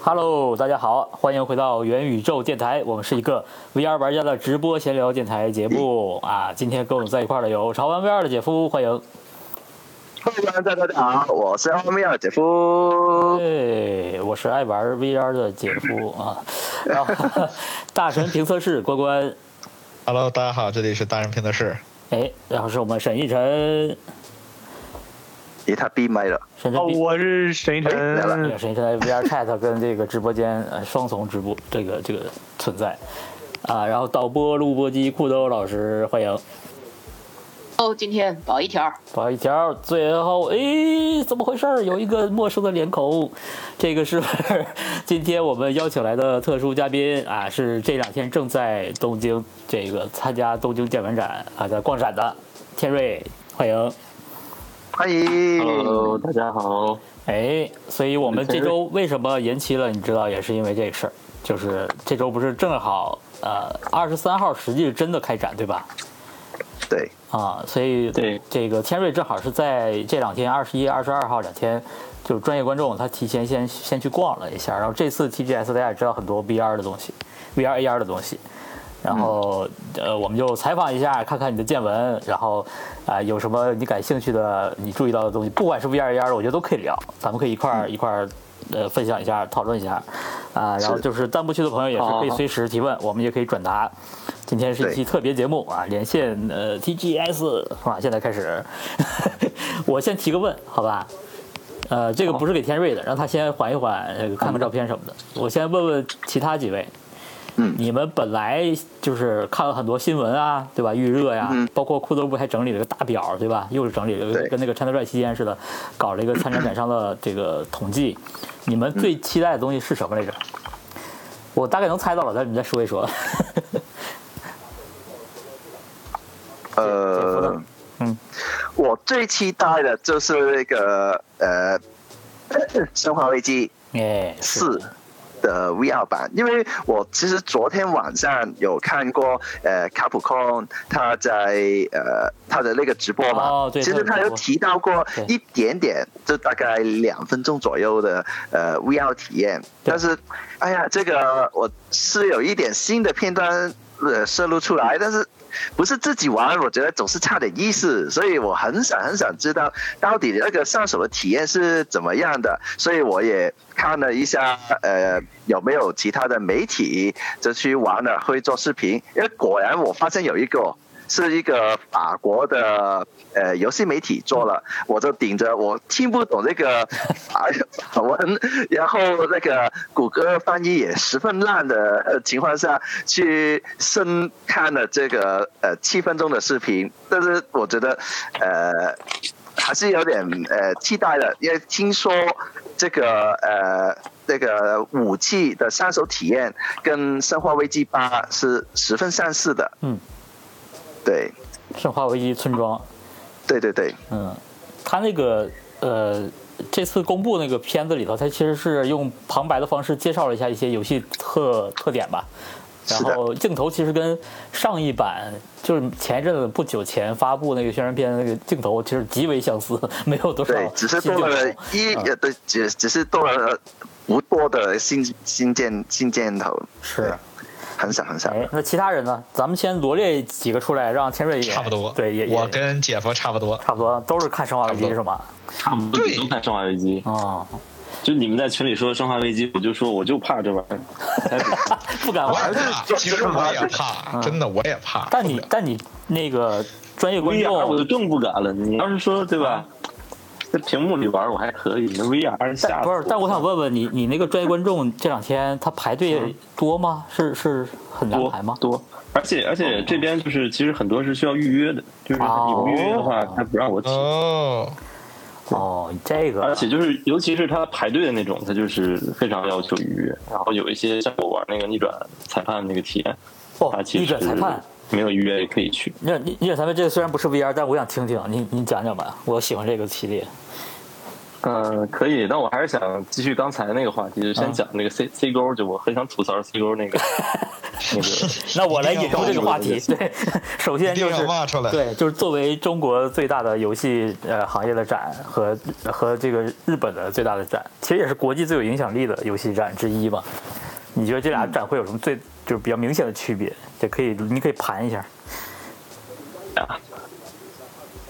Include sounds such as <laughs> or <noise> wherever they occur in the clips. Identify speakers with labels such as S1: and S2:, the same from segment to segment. S1: Hello，大家好，欢迎回到元宇宙电台，我们是一个 VR 玩家的直播闲聊电台节目啊。今天跟我们在一块儿的有潮玩 VR 的姐夫，欢迎。
S2: 欢迎大家好，我是奥米尔姐夫。
S1: 对，哎我是爱玩 VR 的姐夫啊。然后 <laughs> 大神评测室关关，
S3: Hello，大家好，这里是大人评测室。
S1: 哎，然后是我们沈奕晨，
S2: 咦，他闭麦了。
S1: 沈
S4: 哦，
S1: 晨碧。
S4: 我是沈一
S2: 哎来了
S4: 晨，
S1: 沈奕晨在 VR
S4: <laughs>
S1: Chat 跟这个直播间呃双重直播，这个这个存在啊。然后导播录播机酷兜老师，欢迎。
S5: 哦，今天保一条，
S1: 发一条，最后诶，怎么回事儿？有一个陌生的脸孔，这个是今天我们邀请来的特殊嘉宾啊，是这两天正在东京这个参加东京电玩展啊，在逛展的天瑞，欢迎。
S2: 欢迎。
S1: 嗯
S6: Hello，大家好。
S1: 哎，所以我们这周为什么延期了？你知道，也是因为这个事儿，就是这周不是正好呃二十三号实际是真的开展对吧？
S2: 对，
S1: 啊，所以
S6: 对
S1: 这个天瑞正好是在这两天，二十一、二十二号两天，就是专业观众他提前先先去逛了一下，然后这次 TGS 大家也知道很多 VR 的东西，VR AR 的东西，然后、呃我们就采访一下，看看你的见闻，然后啊、有什么你感兴趣的、你注意到的东西，不管是 VR AR 的，我觉得都可以聊，咱们可以一块儿、一块儿呃分享一下、讨论一下，啊、然后就是弹幕区的朋友也是可以随时提问，我们也可以转达。今天是一期特别节目啊，连线呃 TGS 是吧？现在开始， <laughs> 我先提个问，好吧？呃，这个不是给天瑞的，让他先缓一缓，呃看看照片什么的。我先问问其他几位，
S2: 嗯
S1: 你们本来就是看了很多新闻啊，对吧？预热呀、
S2: 嗯
S1: 包括库德不还整理了个大表，对吧？又是整理了个
S2: 对
S1: 跟那个 China Drive 期间似的，搞了一个参展展商的这个统计。你们最期待的东西是什么来着？我大概能猜到了，但是你再说一说。 <laughs> 姐夫
S2: 呃
S1: 呢，嗯，
S2: 我最期待的就是那个呃，《生化危机
S1: 哎，是
S2: 四》的 VR 版，因为我其实昨天晚上有看过呃卡普空他在呃他的那个直播嘛，
S1: 哦对
S2: 其实
S1: 他
S2: 他
S1: 有直
S2: 有
S1: 播
S2: 提到过
S1: 对
S2: 一点点，就大概两分钟左右的呃 VR 体验，但是哎呀，这个我是有一点新的片段呃摄入出来，但是。不是自己玩，我觉得总是差点意思，所以我很想很想知道到底那个上手的体验是怎么样的，所以我也看了一下，呃，有没有其他的媒体就去玩了，会做视频，因为果然我发现有一个。是一个法国的呃游戏媒体做了，我就顶着我听不懂这个法法文，然后那个谷歌翻译也十分烂的呃情况下去深看了这个呃七分钟的视频，但是我觉得呃还是有点呃期待的，因为听说这个呃这个武器的杀手体验跟《生化危机八》是十分相似的，
S1: 嗯，
S2: 对
S1: 《生化危机：村庄》。
S2: 对对对，
S1: 嗯，他那个呃，这次公布那个片子里头，他其实是用旁白的方式介绍了一下一些游戏特特点吧。然
S2: 是的
S1: 后镜头其实跟上一版就是前一阵子不久前发布那个宣传片的那个镜头其实极为相似，没有多少
S2: 对，只是
S1: 新
S2: 多
S1: 镜头
S2: 了一呃对，只只是多了不多的新新箭新箭头，
S1: 是
S2: 对，很少很少。
S1: 哎，那其他人呢？咱们先罗列几个出来，让天瑞也
S3: 差不多，
S1: 对，也也
S3: 我跟姐夫差不
S1: <laughs>
S3: 多。啊
S1: 差不多都是看《生化危机
S3: 差》不多
S1: 是吗？
S6: 差不多
S3: 对
S6: 你都看《生化危机》，
S1: 哦，
S6: 就你们在群里说《生化危机》，我就说我就怕这玩意儿。
S1: <laughs> 不敢
S3: 我
S1: 玩
S3: 也怕，其实我也怕，真的我也怕。
S1: 但你但你那个专业观
S6: VR 我
S1: 众
S6: 就，更不敢了。你要是说对吧，在屏幕里玩我还可以，那 VR 吓
S1: 啊但
S6: 死
S1: 不是，但我想问问你，你那个专业观
S6: <laughs>
S1: 众这两天他排队多吗？是是很难
S6: 多
S1: 排吗？哦
S6: 多，而且而且这边就是其实很多是需要预约的，就是你不预约的话，他不让我提。
S3: 哦，
S1: 哦，你这个
S6: 而且就是，尤其是他排队的那种，他就是非常要求预约。然后有一些像我玩那个逆转裁判那个体验，
S1: 哦
S6: 他，其实
S1: 逆转裁判，
S6: 没有预约也可以去。
S1: 逆逆逆转裁判这个虽然不是 VR，但我想听听你你讲讲吧，我喜欢这个系列。
S6: 嗯，可以，但我
S3: 嗯 <laughs>
S6: 还是想继续刚才那个话题，就先讲那个 C、C 勾，就我很想吐槽 C 勾那个那个
S1: 那我来
S3: 一定
S1: 引
S3: 要
S1: 出这个
S6: 骂
S1: 话
S6: 出来
S1: 题，对， <laughs> 首先
S3: 一
S1: 就
S3: 定要
S1: 是
S3: 骂出来。
S1: 对，就是作为中国最大的游戏呃行业的展和和这个日本的最大的展，其实也是国际最有影响力的游戏展之一吧。你觉得这
S6: 嗯
S1: 俩展会有什么最就是比较明显的区别？这可以，你可以盘一下。
S6: 啊，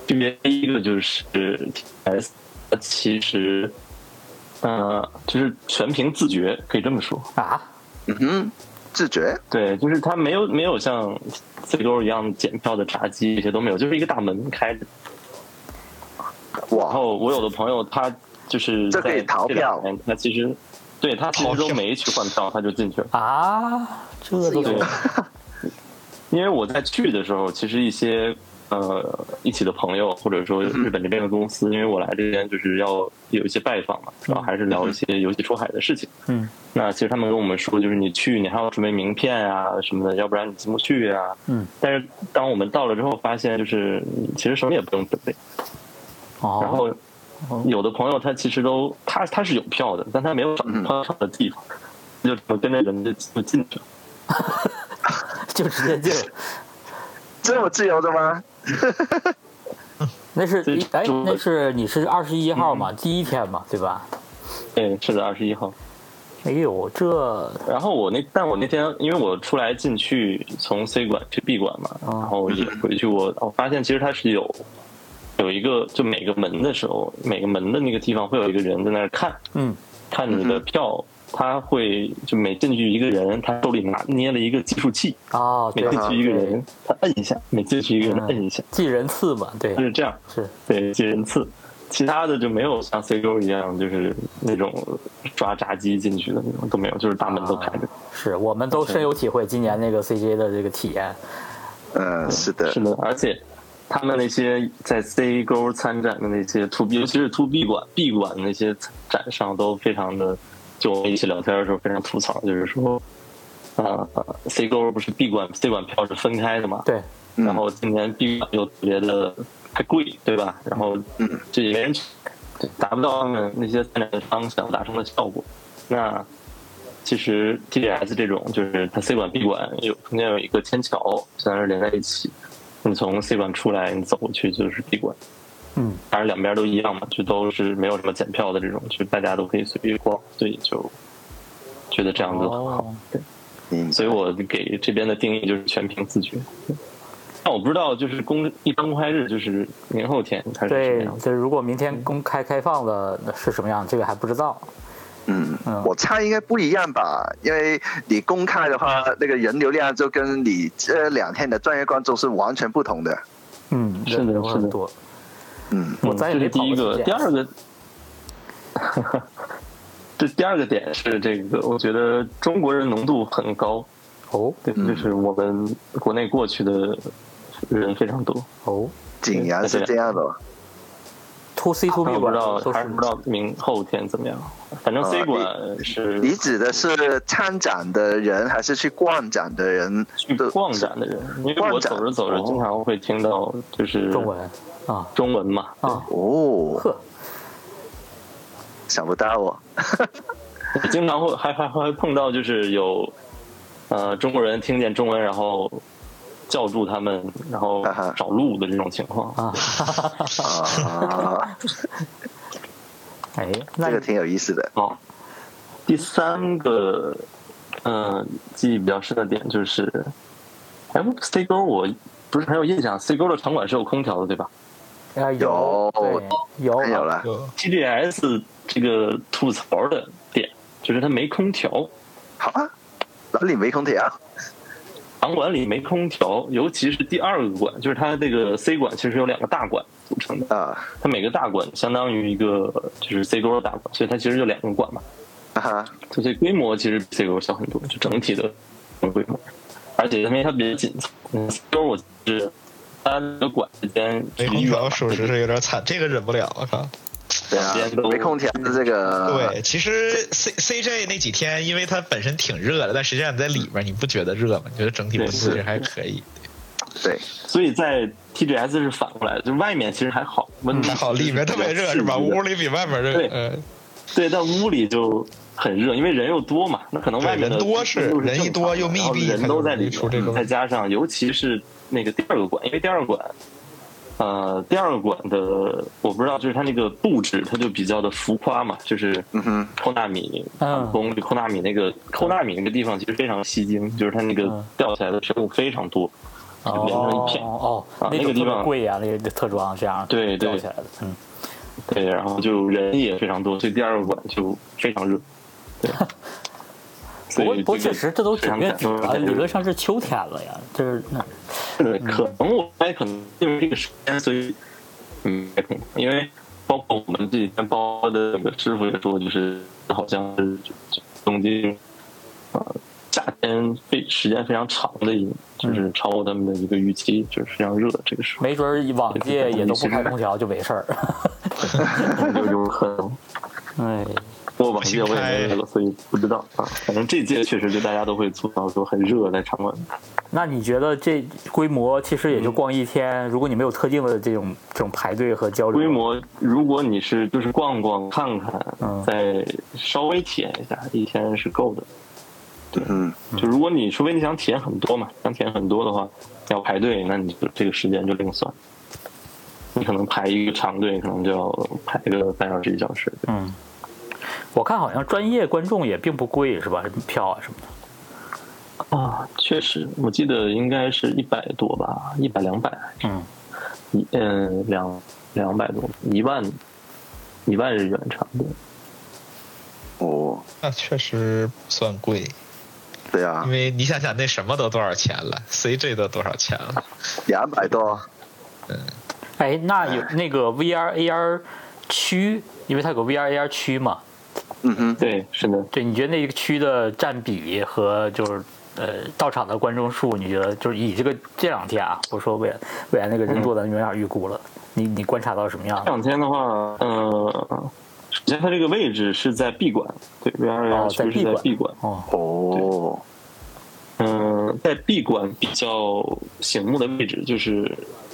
S6: 区别第一个就是 S，它其实，呃，就是全凭自觉，可以这么说。
S1: 啊，
S2: 嗯哼，自觉，
S6: 对，就是它没有没有像 C 勾一样检票的闸机，这些都没有，就是一个大门开着。然
S2: 哇，
S6: 后我有的朋友他就是
S2: 这可以
S6: 在
S2: 逃
S6: 这两
S2: 票
S6: 年，他其实对他其实
S3: 逃
S6: 都
S3: 票
S6: 没去换票，他就进去了。
S1: 啊，这都
S5: 自
S6: 对
S1: <laughs>
S5: 由，
S6: 因为我在去的时候，其实一些呃一起的朋友，或者说日本这边的公司，
S1: 嗯
S6: 因为我来这边就是要有一些拜访嘛，然后还是聊一些游戏出海的事情。
S1: 嗯
S6: 那其实他们跟我们说，就是你去，你还要准备名片啊什么的，要不然你进不去啊。
S1: 嗯，
S6: 但是当我们到了之后，发现就是嗯其实什么也不用准备。
S1: 哦，
S6: 然后有的朋友他其实都他他是有票的，但他没有找
S2: 嗯
S6: 票的地方，就只能跟着人家就进去了。
S1: <laughs> 就直接进了。
S6: <laughs>
S2: 这么自由的吗？
S1: 那是
S6: 这
S1: 哎，
S6: 中
S1: 那是你是二十一号嘛，
S6: 嗯
S1: 第一天嘛，对吧？
S6: 对，是的，二十一号。
S1: 哎呦，这
S6: 然后我那，但我那天因为我出来进去，从 C 馆去 B 馆嘛，
S1: 哦
S6: 然后也回去我，我发现其实它是有有一个，就每个门的时候，每个门的那个地方会有一个人在那儿看，
S1: 嗯
S6: 看你的票，他会就每进去一个人，他手里拿捏了一个计数器，
S1: 哦，
S6: 每
S1: 对
S6: 进去一个
S1: 对
S6: 人，他摁一下，每进去一个人
S1: 嗯
S6: 摁一下，
S1: 记人次嘛，对
S6: 就，是这样，
S1: 是
S6: 对，接人次。其他的就没有像 C 勾一样，就是那种抓闸机进去的那种都没有，就是大门都开着。
S1: 是，我们都深有体会今年那个 CJ 的这个体验。
S2: 嗯，是的
S6: 是，的，而且他们那些在 C 勾参展的那些 to B，尤其是 to B 馆 B 馆那些展上都非常的，就我们一起聊天的时候非常吐槽，就是说，啊、c 勾不是 B 馆 C 馆票是分开的嘛，
S1: 对，
S2: 嗯
S6: 然后今年 B 馆又特别的还贵，对吧？然后这也没人去，对达不到他们那些参展商想达成的效果。那其实 TDS 这种就是它 C 馆 B 馆有中间有一个天桥，虽然是连在一起，你从 C 馆出来，你走过去就是 B 馆，
S1: 嗯，
S6: 当然两边都一样嘛，就都是没有什么检票的这种，就大家都可以随意逛，所以就觉得这样子很好。
S1: 哦，
S2: 嗯，
S6: 所以我给这边的定义就是全凭自觉。但我不知道，就是公一般公开日就是明后天它是什么
S1: 对，
S6: 样子。
S1: 就是如果明天公开开放的是什么样，这个还不知道。
S2: 嗯
S1: 嗯，
S2: 我猜应该不一样吧，因为你公开的话，那个人流量就跟你这两天的专业观众是完全不同的。
S1: 嗯，
S6: 是的
S1: 人会
S6: 是的
S1: 很多。
S2: 嗯，
S1: 我
S6: 嗯
S1: 咱也
S6: 这
S1: 没
S6: 是第
S1: 跑
S6: 一
S1: 过
S6: 个，
S1: 体检
S6: 第二个，这第二个点是这个，我觉得中国人浓度很高，
S1: 哦
S6: 对，就是我们国内过去的人非常多。
S1: 哦
S2: 竟然是这样的哦，
S1: ，to C to
S6: 但
S1: B
S6: 我不
S1: 馆
S6: 知道
S1: 都，
S6: 还
S1: 是
S6: 是不知道明后天怎么样。反正 C
S2: 啊
S6: 馆是
S2: 你指的是参展的人还是去逛展的人？
S6: 去
S2: 都
S6: 逛展的人，因为我
S2: 逛展
S6: 走着走着
S2: 哦
S6: 经常会听到就是
S1: 中文啊
S6: 中文嘛，
S1: 啊，
S2: 哦，
S1: 呵，
S2: 想不到哦，
S6: 对经常会还还还碰到就是有呃中国人听见中文然后叫住他们，然后
S2: 哈哈
S6: 找路的这种情况。
S1: 啊，
S2: 啊，
S1: 哎，那
S2: 这个挺有意思的。
S6: 好，啊第三个呃记忆比较深的点就是，哎，C 勾我不是很有印象，C 勾的场馆是有空调的对吧
S1: 啊有
S2: 有
S1: 对有啊
S2: 太有了，
S3: 就
S6: ？TGS 这个吐槽的点就是它没空调。
S2: 好啊，哪里没空调？
S6: 场馆里没空调，尤其是第二个馆，就是它这个 C 馆其实有两个大馆组成的，
S2: 啊，
S6: 它每个大馆相当于一个就是 C 勾的大馆，所以它其实就两个馆嘛，
S2: 哈哈，
S6: 所以规模其实比 C 勾小很多，就整体的规模，而且因为它比较紧凑嗯，C 勾我是它每个馆之间距
S3: 没
S6: 离
S3: 空
S6: 远
S3: 调，，属实是有点惨，这个忍不了，我靠。
S2: 对啊
S6: 两边都，
S2: 没空调的这
S1: 啊
S2: 个，
S3: 对，其实 C C J 那几天，因为它本身挺热的，但实际上你在里边，你不觉得热吗？你觉得整体
S6: 对
S3: 温度其
S6: 是
S3: 实还可以，
S2: 对，
S6: 所以在 TGS 是反过来的，就外面其实还好，温
S1: <laughs>
S3: 嗯
S6: 度
S3: 还好里面特别热是吧？
S6: 比较适宜的
S3: 屋里比外面热
S6: 对，
S3: 嗯，
S6: 对，但屋里就很热，因为人又多嘛，那可能外面的
S3: 对人多是
S6: 又正常的
S3: 人一多又密闭
S6: 然后人都在
S3: 它
S6: 里
S3: 就容易出这种
S6: 面，再加上尤其是那个第二个馆，因为第二个馆，呃，第二个馆的我不知道，就是它那个布置，它就比较的浮夸嘛，就是
S3: 嗯
S2: 哼
S6: 寇纳米
S1: 嗯
S6: 航空，就寇纳米那个寇纳米那个地方其实非常吸睛，就是它那个
S1: 嗯
S6: 吊起来的生物非常多，就连成一片。
S1: 哦哦
S6: 啊，
S1: 那
S6: 那
S1: 种
S6: 个地
S1: 特别
S6: 方
S1: 贵呀，那个特装这样
S6: 对对
S1: 吊起来的，嗯，
S6: 对，然后就人也非常多，所以第二个馆就非常热。
S1: <laughs> 不
S6: 对，所
S1: 过
S6: 以
S1: 不过
S6: 这
S1: 确
S6: 个
S1: 实这都九月底
S6: 非常
S1: 了，
S6: 感受
S1: 啊理论上是秋天了呀，这是那
S6: 是可能我猜可能因为这个时间，所以嗯，也可能因为包括我们这几天包的那个师傅也说，就是好像是东京啊、呃夏天非时间非常长的一，就是超过他们的一个预期，就是非常热，这个时候
S1: 没准儿往届也都不开空调就没
S6: <laughs>
S1: 事儿。
S6: 就有可能。
S1: 哎，
S6: 我往届我也没来过，所以不知道啊。反正这届确实就大家都会吐槽说很热，在场馆
S1: 那你觉得这规模其实也就逛一天，如果你没有特定的这种这种排队和交流，
S6: 规模，如果你是就是逛逛看看，
S1: 嗯
S6: 再稍微体验一下，一天是够的。
S2: 嗯，
S6: 就如果你除非你想体验很多嘛，想体验很多的话，要排队，那你就这个时间就另算。你可能排一个长队，可能就要排个半小时一小时。
S1: 嗯，我看好像专业观众也并不贵是吧？票啊什么的。
S6: 啊，确实，我记得应该是一百多吧，一百两百，
S1: 嗯，
S6: 一嗯两两百多，一万一万日元差不多。
S2: 哦，
S3: 那确实不算贵，
S2: 对啊
S3: 因，为你想想那什么都多少钱了，CJ 都多少钱了，
S2: 两百多，
S1: 哎，那有那个 VR AR 区，因为它有个 VR AR 区嘛，
S2: 嗯哼，
S6: 对，是的，
S1: 对，你觉得那个区的占比和就是呃到场的观众数，你觉得就是以这个这两天啊，不说未来未来那个人多咱没法预估了，你你观察到什么样
S6: 这
S1: 的？
S6: 两天的话，呃，首先它这个位置是在闭馆，对，VR
S1: 哦
S6: AR
S1: 在
S6: 区是
S1: 闭
S6: 在
S1: 馆
S6: 闭馆。
S1: 哦，
S2: 哦，
S6: 嗯，在闭馆比较醒目的位置，就是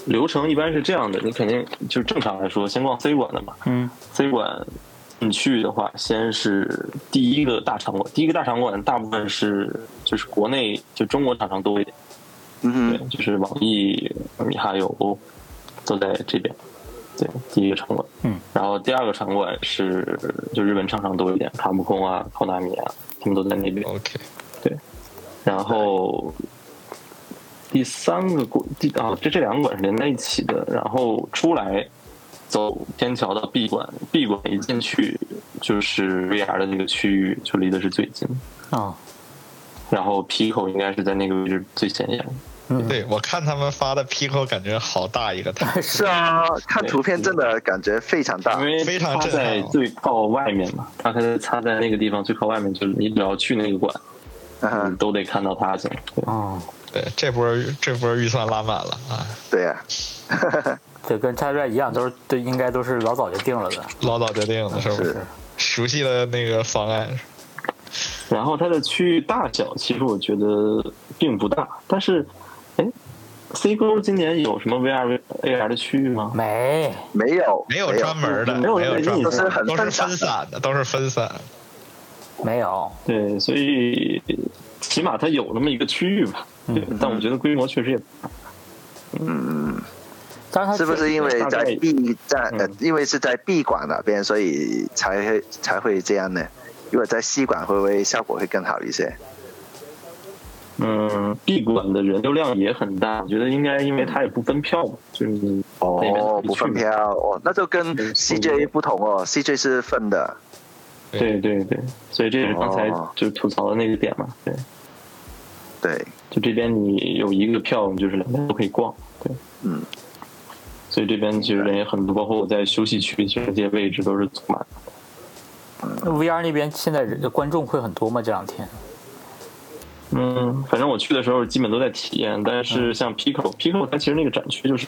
S6: 流程一般是这样的，你肯定就是正常来说，先逛 C 馆的嘛。
S1: 嗯
S6: C 馆你去的话，先是第一个大场馆，第一个大场馆大部分是就是国内就中国厂商多一点，
S2: 嗯
S6: 对
S2: 哼，，
S6: 就是网易、米哈游都在这边。对，第一个场馆，
S1: 嗯，
S6: 然后第二个场馆是就日本厂商多一点，卡普空啊、康纳米啊，他们都在那边。
S3: OK，
S6: 然后第三个馆，第啊，这这两个馆是连在一起的。然后出来走天桥到 B 馆，B 馆一进去就是 VR 的那个区域，就离的是最近。
S1: 啊
S6: 然后 Pico 应该是在那个位置最显眼的。
S3: 对我看他们发的 Pico 感觉好大一个台，
S2: 是啊，看图片真的感觉非常大
S6: 因，为
S3: 非常
S6: 它
S3: 震撼啊
S6: 在最靠外面嘛，它它它在那个地方最靠外面，就是你只要去那个馆，
S2: 嗯
S6: 你
S2: 哼，
S6: 都得看到它才行。对
S1: 哦，
S3: 对，这波这波预算拉满了啊，
S2: 对啊，
S1: 这跟拆队一样，都是都应该都是老早就定了的。
S3: 老早决定了是不
S2: 是
S3: 是？熟悉的那个方案，
S6: 然后它的区域大小，其实我觉得并不大。但是，哎，C 沟今年有什么 VR、AR 的区域吗？
S1: 没，
S2: 没有，
S3: 没有专门的，
S6: 没有
S3: 没有专门
S6: 都是
S3: 的，
S2: 很
S3: 都是
S2: 分散
S3: 分散的，都是分散。
S1: 没有，
S6: 对，所以起码它有那么一个区域吧。对，但我觉得规模确实也
S1: 但是它
S2: 嗯是不
S1: 确
S2: 是因为在
S6: 大概
S2: B 站呃
S6: 嗯，
S2: 因为是在 B 馆那边，所以才会才会这样呢？如果在 C 馆，会不会效果会更好一些？
S6: 嗯，B 馆的人流量也很大，我觉得应该，因为它也不分票嘛，就是你那边
S2: 哦，
S6: 去
S2: 不分。票哦，那就跟
S6: 嗯
S2: CJ 不同哦，CJ 是分的，
S6: 对对对，所以这也是刚才
S2: 哦
S6: 就吐槽的那个点嘛。对，
S2: 对，
S6: 就这边你有一个票，你就是两边都可以逛。对，
S2: 嗯，
S6: 所以这边其实人也很多，包括我在休息区，其实这些位置都是坐满的。
S1: 那 VR 那边现在人观众会很多吗？这两天？
S6: 嗯，反正我去的时候基本都在体验，但
S1: 嗯
S6: 是像 Pico，Pico、它其实那个展区就是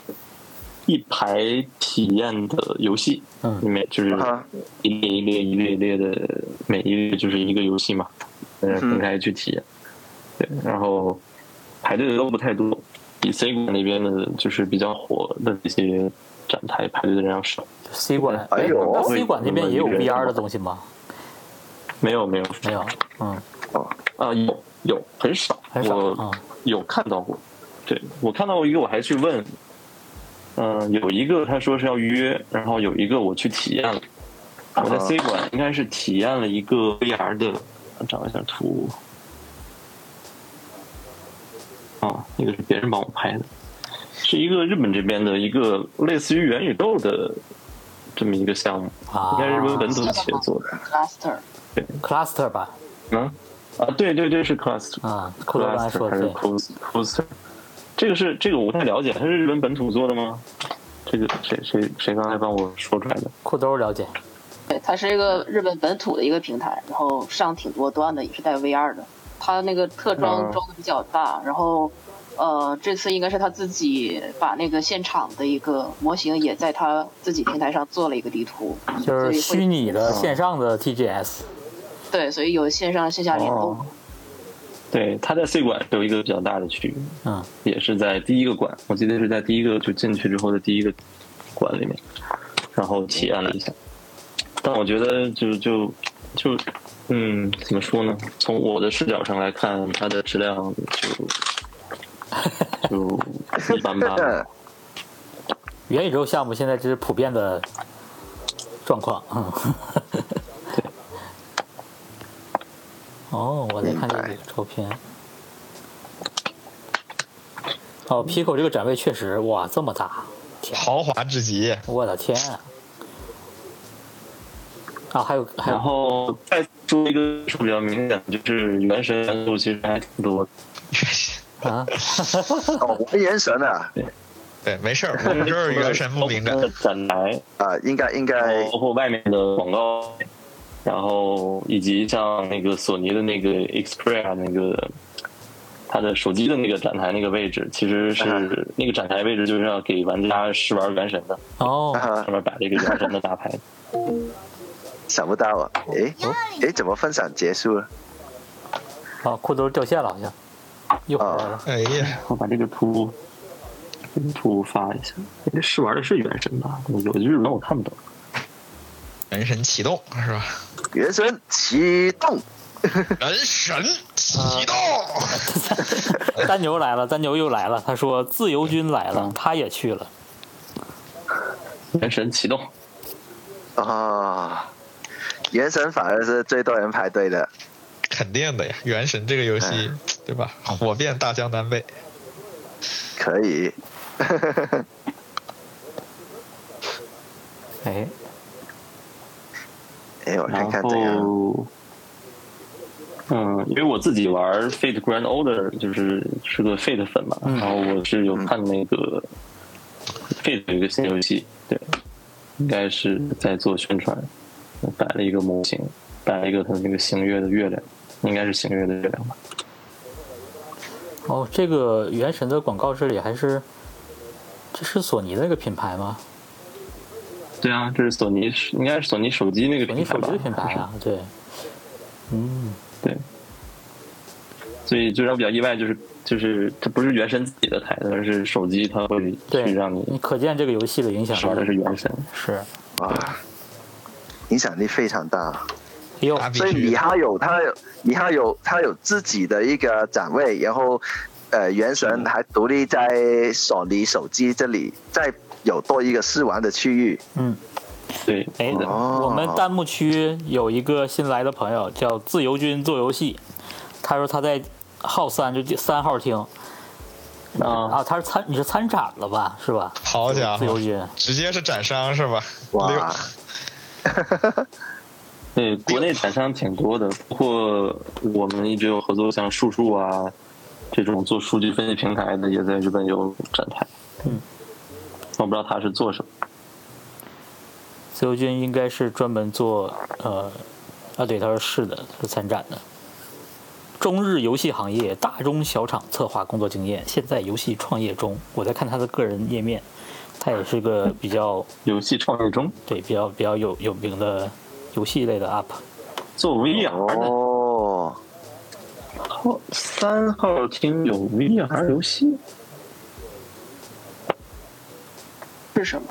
S6: 一排体验的游戏，
S1: 嗯
S6: 里面就是
S2: 啊
S6: 一列一列一列一列的，每一列就是一个游戏嘛，呃，分开去体验。对，然后排队的都不太多，比 C 馆那边的就是比较火的这些展台排队的人要少。
S1: 就 C 馆，
S2: 哎呦
S1: 那 C 馆那边也有 VR 的东西吗？
S6: 没有没有
S1: 没有，嗯
S2: 哦，
S6: 啊，有有很少，
S1: 很少
S6: 我、
S1: 嗯
S6: 有看到过，对我看到过一个，我还去问，嗯、有一个他说是要预约，然后有一个我去体验了，我在
S2: 啊
S6: C 馆应该是体验了一个 VR 的，我找一下图，哦，那个是别人帮我拍的，是一个日本这边的一个类似于元宇宙的这么一个项目，
S1: 啊
S6: 应该是日本本土企业做的，
S5: cluster，
S1: ，cluster 吧，
S6: 嗯，啊，对对对，是 Cluster。
S1: 啊，库洛刚才
S6: Cluster
S1: 说
S6: 还
S1: 的对，
S6: 是 Clus- Cluster？这个是这个我不太了解，它是日本本土做的吗？这个谁谁谁刚才帮我说出来的？
S1: 库兜了解，
S5: 对，它是一个日本本土的一个平台，然后上挺多端的，也是带 VR 的。它那个特
S6: 嗯
S5: 装装的比较大，然后呃，这次应该是他自己把那个现场的一个模型也在他自己平台上做了一个地图，
S1: 就是
S5: 所以
S1: 虚
S5: 会嗯
S1: 拟的线上的 TGS，
S5: 对，所以有线上线下联动。
S6: 哦对，它在 C 馆有一个比较大的区域，
S1: 嗯，
S6: 也是在第一个馆，我记得是在第一个就进去之后的第一个馆里面，然后体验了一下。但我觉得就就就嗯，怎么说呢？从我的视角上来看，它的质量就就一般般吧。
S1: 元宇宙项目现在这是普遍的状况，嗯，哦，我在看这个
S2: 明
S1: 照片。哦，Pico 这个展位确实哇这么大，天，
S3: 豪华至极。
S1: 我的天啊！啊，还有还
S6: 然
S1: 有，
S6: 后再说一个是比较明显的，就是原神元素其实还挺多的。
S1: 啊，
S2: <laughs> 哦，玩原神啊，
S3: 对，没事儿，我们就是原神不敏感
S6: 包。括它的展台，
S2: 啊，应该应该
S6: 包括外面的广告，然后以及像那个索尼的那个 Xperia 那个。呃它的手机的那个展台那个位置，其实是那个展台位置就是要给玩家试玩原神的，
S1: 哦，
S2: 啊
S6: 上，面摆了一个原神的大牌。
S2: 想不到啊，诶诶，怎么分享结束了？
S1: 啊，裤兜掉线了，好像又回来了。
S3: 哎呀，
S6: <laughs> 我把这个图，这个图发一下。那个试玩的是原神吧？有日文我看不懂。
S3: 原神启动是吧？
S2: 原神启动，
S3: 原神启动，
S1: <laughs> 丹牛来了，丹牛又来了，他说自由军来了，他也去了。
S6: 原神启动，
S2: 啊，原神反而是最多人排队的。
S3: <laughs> 肯定的呀。原神这个游戏，对吧？火遍大江南北。
S2: 可以， <laughs>
S1: 哎，
S2: 哎，我看
S6: 然
S2: 看这样，
S6: 后，嗯，因为我自己玩 Fate Grand Order 就是是个 Fate 粉嘛，
S1: 嗯
S6: 然后我是有看那个 Fate 有一个新游戏，对，
S1: 嗯
S6: 应该是在做宣传，摆了一个模型，摆了一个它那个星月的月亮，应该是星月的月亮吧。
S1: 哦，这个原神的广告这里还是，这是索尼的那个品牌吗？
S6: 对啊，这是索尼，应该是索尼手机那个
S1: 索尼
S6: 品牌
S1: 手
S6: 吧？
S1: 机的品牌啊，对，嗯，
S6: 对，所以就让我比较意外，就是就是它不是原神自己的台子，而是手机它会去
S1: 对
S6: 让你，
S1: 你可见这个游戏的影响
S6: 玩的
S1: 力
S6: 是原神。
S1: 是。
S2: 哇，影响力非常大。啊
S1: 哎呦，
S3: 打比
S2: 所以米
S3: 去
S2: 哈游他有米哈游他有自己的一个展位，然后呃，原神还独立在索尼手机这里再有多一个试玩的区域。
S1: 嗯，
S6: 对，
S1: 哎，
S6: 是的
S2: 哦
S1: 我们弹幕区有一个新来的朋友叫自由军做游戏，他说他在号三就第三号厅
S6: 啊，
S1: 啊，他是参你是参展了吧？是吧？
S3: 好家
S1: 自由
S6: 哦
S3: 伙，
S1: 军，
S3: 直接是斩伤是吧？
S2: 哇，
S6: 对，国内展商挺多的，包括我们一直有合作，像数数啊这种做数据分析平台的，也在日本有展台。
S1: 嗯，
S6: 我不知道他是做什么。
S1: 自由军应该是专门做呃啊，对，他说是的，是参展的。中日游戏行业大中小厂策划工作经验，现在游戏创业中。我在看他的个人页面，他也是个比较
S6: 游戏创业中
S1: 对比较比较有有名的游戏类的 UP。
S6: 做 VR 的，
S2: 哦，
S6: 哦三号厅有 VR 游戏，
S5: 是什么？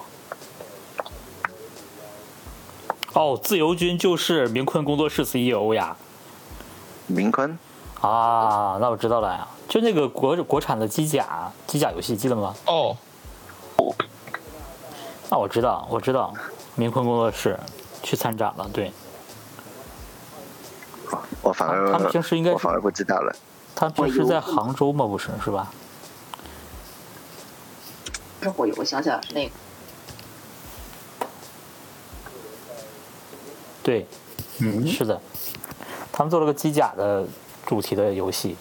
S1: 哦，自由军就是明坤工作室 CEO 呀。
S2: 明坤，
S1: 啊，那我知道了呀，就那个国国产的机甲机甲游戏，记得吗？
S3: 哦，
S1: 那我知道，我知道，明坤工作室去参展了，对
S2: 我反而
S1: 他们平时应该是
S2: 我反而不知道了。
S1: 他平
S6: 哦
S1: 时在杭州吗？不是，是吧？
S5: 不是火游，我想起来了是那个，
S1: 对，
S6: 嗯
S1: 是的，他们做了个机甲的主题的游戏。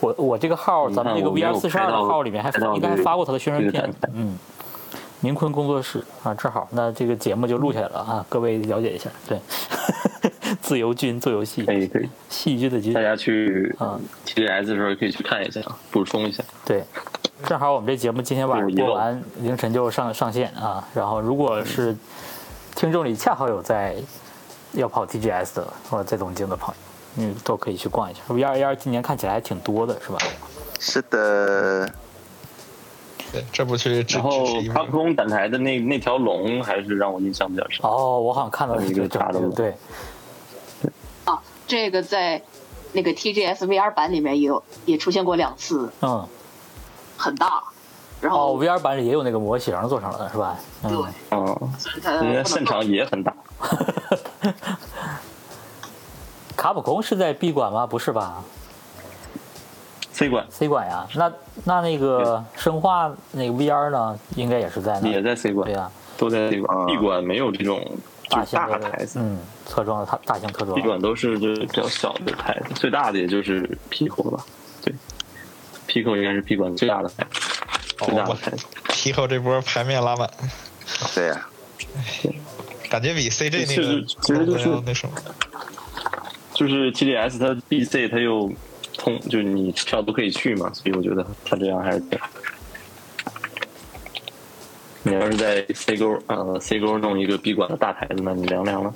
S1: 我我这个号，
S6: 嗯
S1: 咱们
S6: 那
S1: 这个
S6: 我没
S1: VR
S6: 有
S1: 四十
S6: 拍
S1: 二的
S6: 到
S1: 号里面还
S6: 拍到
S1: 应该还
S6: 这个
S1: 发过他的宣传
S6: 这个
S1: 片
S6: 展台，
S1: 嗯，明坤工作室啊，正好，那这个节目就录下来了啊，各位了解一下，对， <laughs> 自由军做游戏
S6: 可，以可以，
S1: 戏剧的剧
S6: 哎大，家去
S1: 啊
S6: TGS 的时候可以去看一下，补充一下。
S1: 对，正好我们这节目今天晚上
S6: 有遗
S1: 播
S6: 漏
S1: 完，凌晨就上上线啊。然后如果是听众里恰好有在要跑 TGS 的或者在东京的朋友，嗯，都可以去逛一下。V 二 A 二今年看起来还挺多的，是吧？
S2: 是的，
S3: 对，这不去支支
S6: 然后
S3: 持一
S6: 高
S3: 波，
S6: 空展台的那那条龙还是让我印象比较深。
S1: 哦，我好像看到了
S6: 有一
S1: 这个
S6: 个
S1: 照
S6: 大的
S1: 片，
S6: 舞
S1: 对，
S5: 啊，这个在那个 TGS VR 版里面也有也出现过两次，
S1: 嗯，
S5: 很大，然
S1: 哦
S5: 后、
S1: ，V 二版里也有那个模型做成了，是吧？
S5: 对，
S1: 嗯，
S6: 嗯，
S5: 虽然它不
S6: 人
S5: 能
S6: 家现场也很大，
S1: <laughs> 卡普空是在 B 馆吗？不是吧
S6: C 馆
S1: ？C 馆呀，那那那个生化那个 VR 呢，应该也是在那
S6: 也
S1: 儿，
S6: 在 C
S1: 对
S6: 馆，
S1: 呀、
S6: 都在 C 馆。
S2: 啊
S6: B 馆没有这种
S1: 大
S6: 就是
S1: 型的
S6: 大台子
S1: 嗯，特装的大大型特装
S6: ，B，馆都是就是比较小的台子，最大的也就是 Pico 吧，对，Pico 应该是 B 馆最大的台子，最大的台子。
S3: 提后这波牌面拉满，
S2: 对啊呀、
S3: 感觉比 CJ 那
S6: 是
S3: 个
S6: 是其实就是
S3: 那什么，
S6: 就是 TDS 它 BC 它又通，就是你票都可以去嘛，所以我觉得它这样还是挺好。你要是在 C 沟呃 C 沟弄一个闭馆的大台子呢，你凉凉了。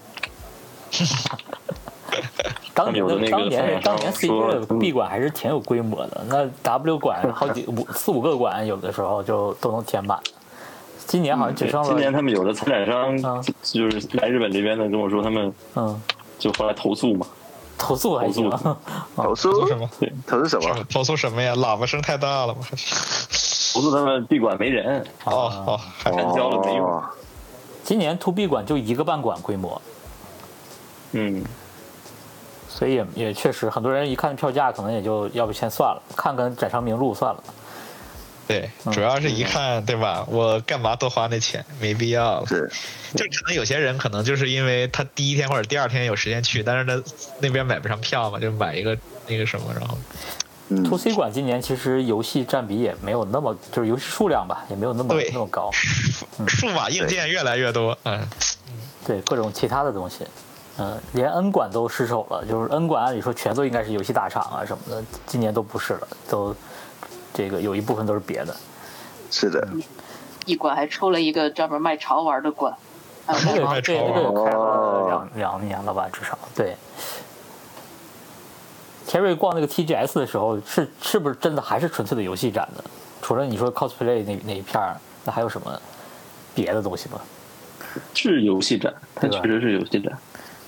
S1: 当年
S6: 有的
S1: 的
S6: 那个
S1: 当年
S6: 采访
S1: 当年 C
S6: 说嗯
S1: 的 B 馆还是挺有规模的，那 W 馆好几五四五个馆，有的时候就都能填满。今年好像只
S6: 嗯对
S1: 剩
S6: 今年
S1: 了，
S6: 他们有的参展
S1: 啊
S6: 商就是来日本这边的跟我说，他们
S1: 嗯，
S6: 就后来投诉嘛，
S1: 投诉还行
S2: 投
S3: 投
S6: 投，诉
S2: 诉
S3: 诉什么？
S2: 投诉什么？
S3: 投诉什么呀？喇叭声太大了吗？还是
S6: 投诉他们闭馆没人，
S3: 哦
S6: 啊
S3: 哦，还
S6: 搬交了没用。
S2: 哦，
S1: <laughs> 今年 To B 馆就一个半馆规模，
S6: 嗯，
S1: 所以也也确实很多人一看票价，可能也就要不先算了，看看展商名录算了。
S3: 对，
S6: 嗯
S3: 主要是一看对吧？我干嘛多花那钱？没必要了。
S2: 是
S3: 就可能有些人可能就是因为他第一天或者第二天有时间去，但是他那边买不上票嘛，就买一个那个什么，然后
S1: To
S2: 嗯，
S1: C 馆今年其实游戏占比也没有那么，就是游戏数量吧，也没有那么
S3: 对
S1: 那么
S6: 哦
S1: 高。
S6: 嗯
S3: 数码硬件越来越多，嗯，
S1: 对各种其他的东西，嗯，连 N 馆都失手了。就是 N 馆按理说全都应该是游戏大厂啊什么的，今年都不是了，都这个有一部分都是别的。
S2: 是的，
S5: 一馆还抽了一个专门卖潮玩的馆，啊，
S1: 那
S3: 卖
S1: 个
S3: 潮
S1: 对那
S3: 玩
S1: 个开了
S2: 哦
S1: 两两年了吧，至少对。Terry 逛那个 TGS 的时候，是是不是真的还是纯粹的游戏展的？除了你说 cosplay 那那一片儿，那还有什么别的东西吗？
S6: 是游戏展，它
S1: 对吧
S6: 确实是游戏展。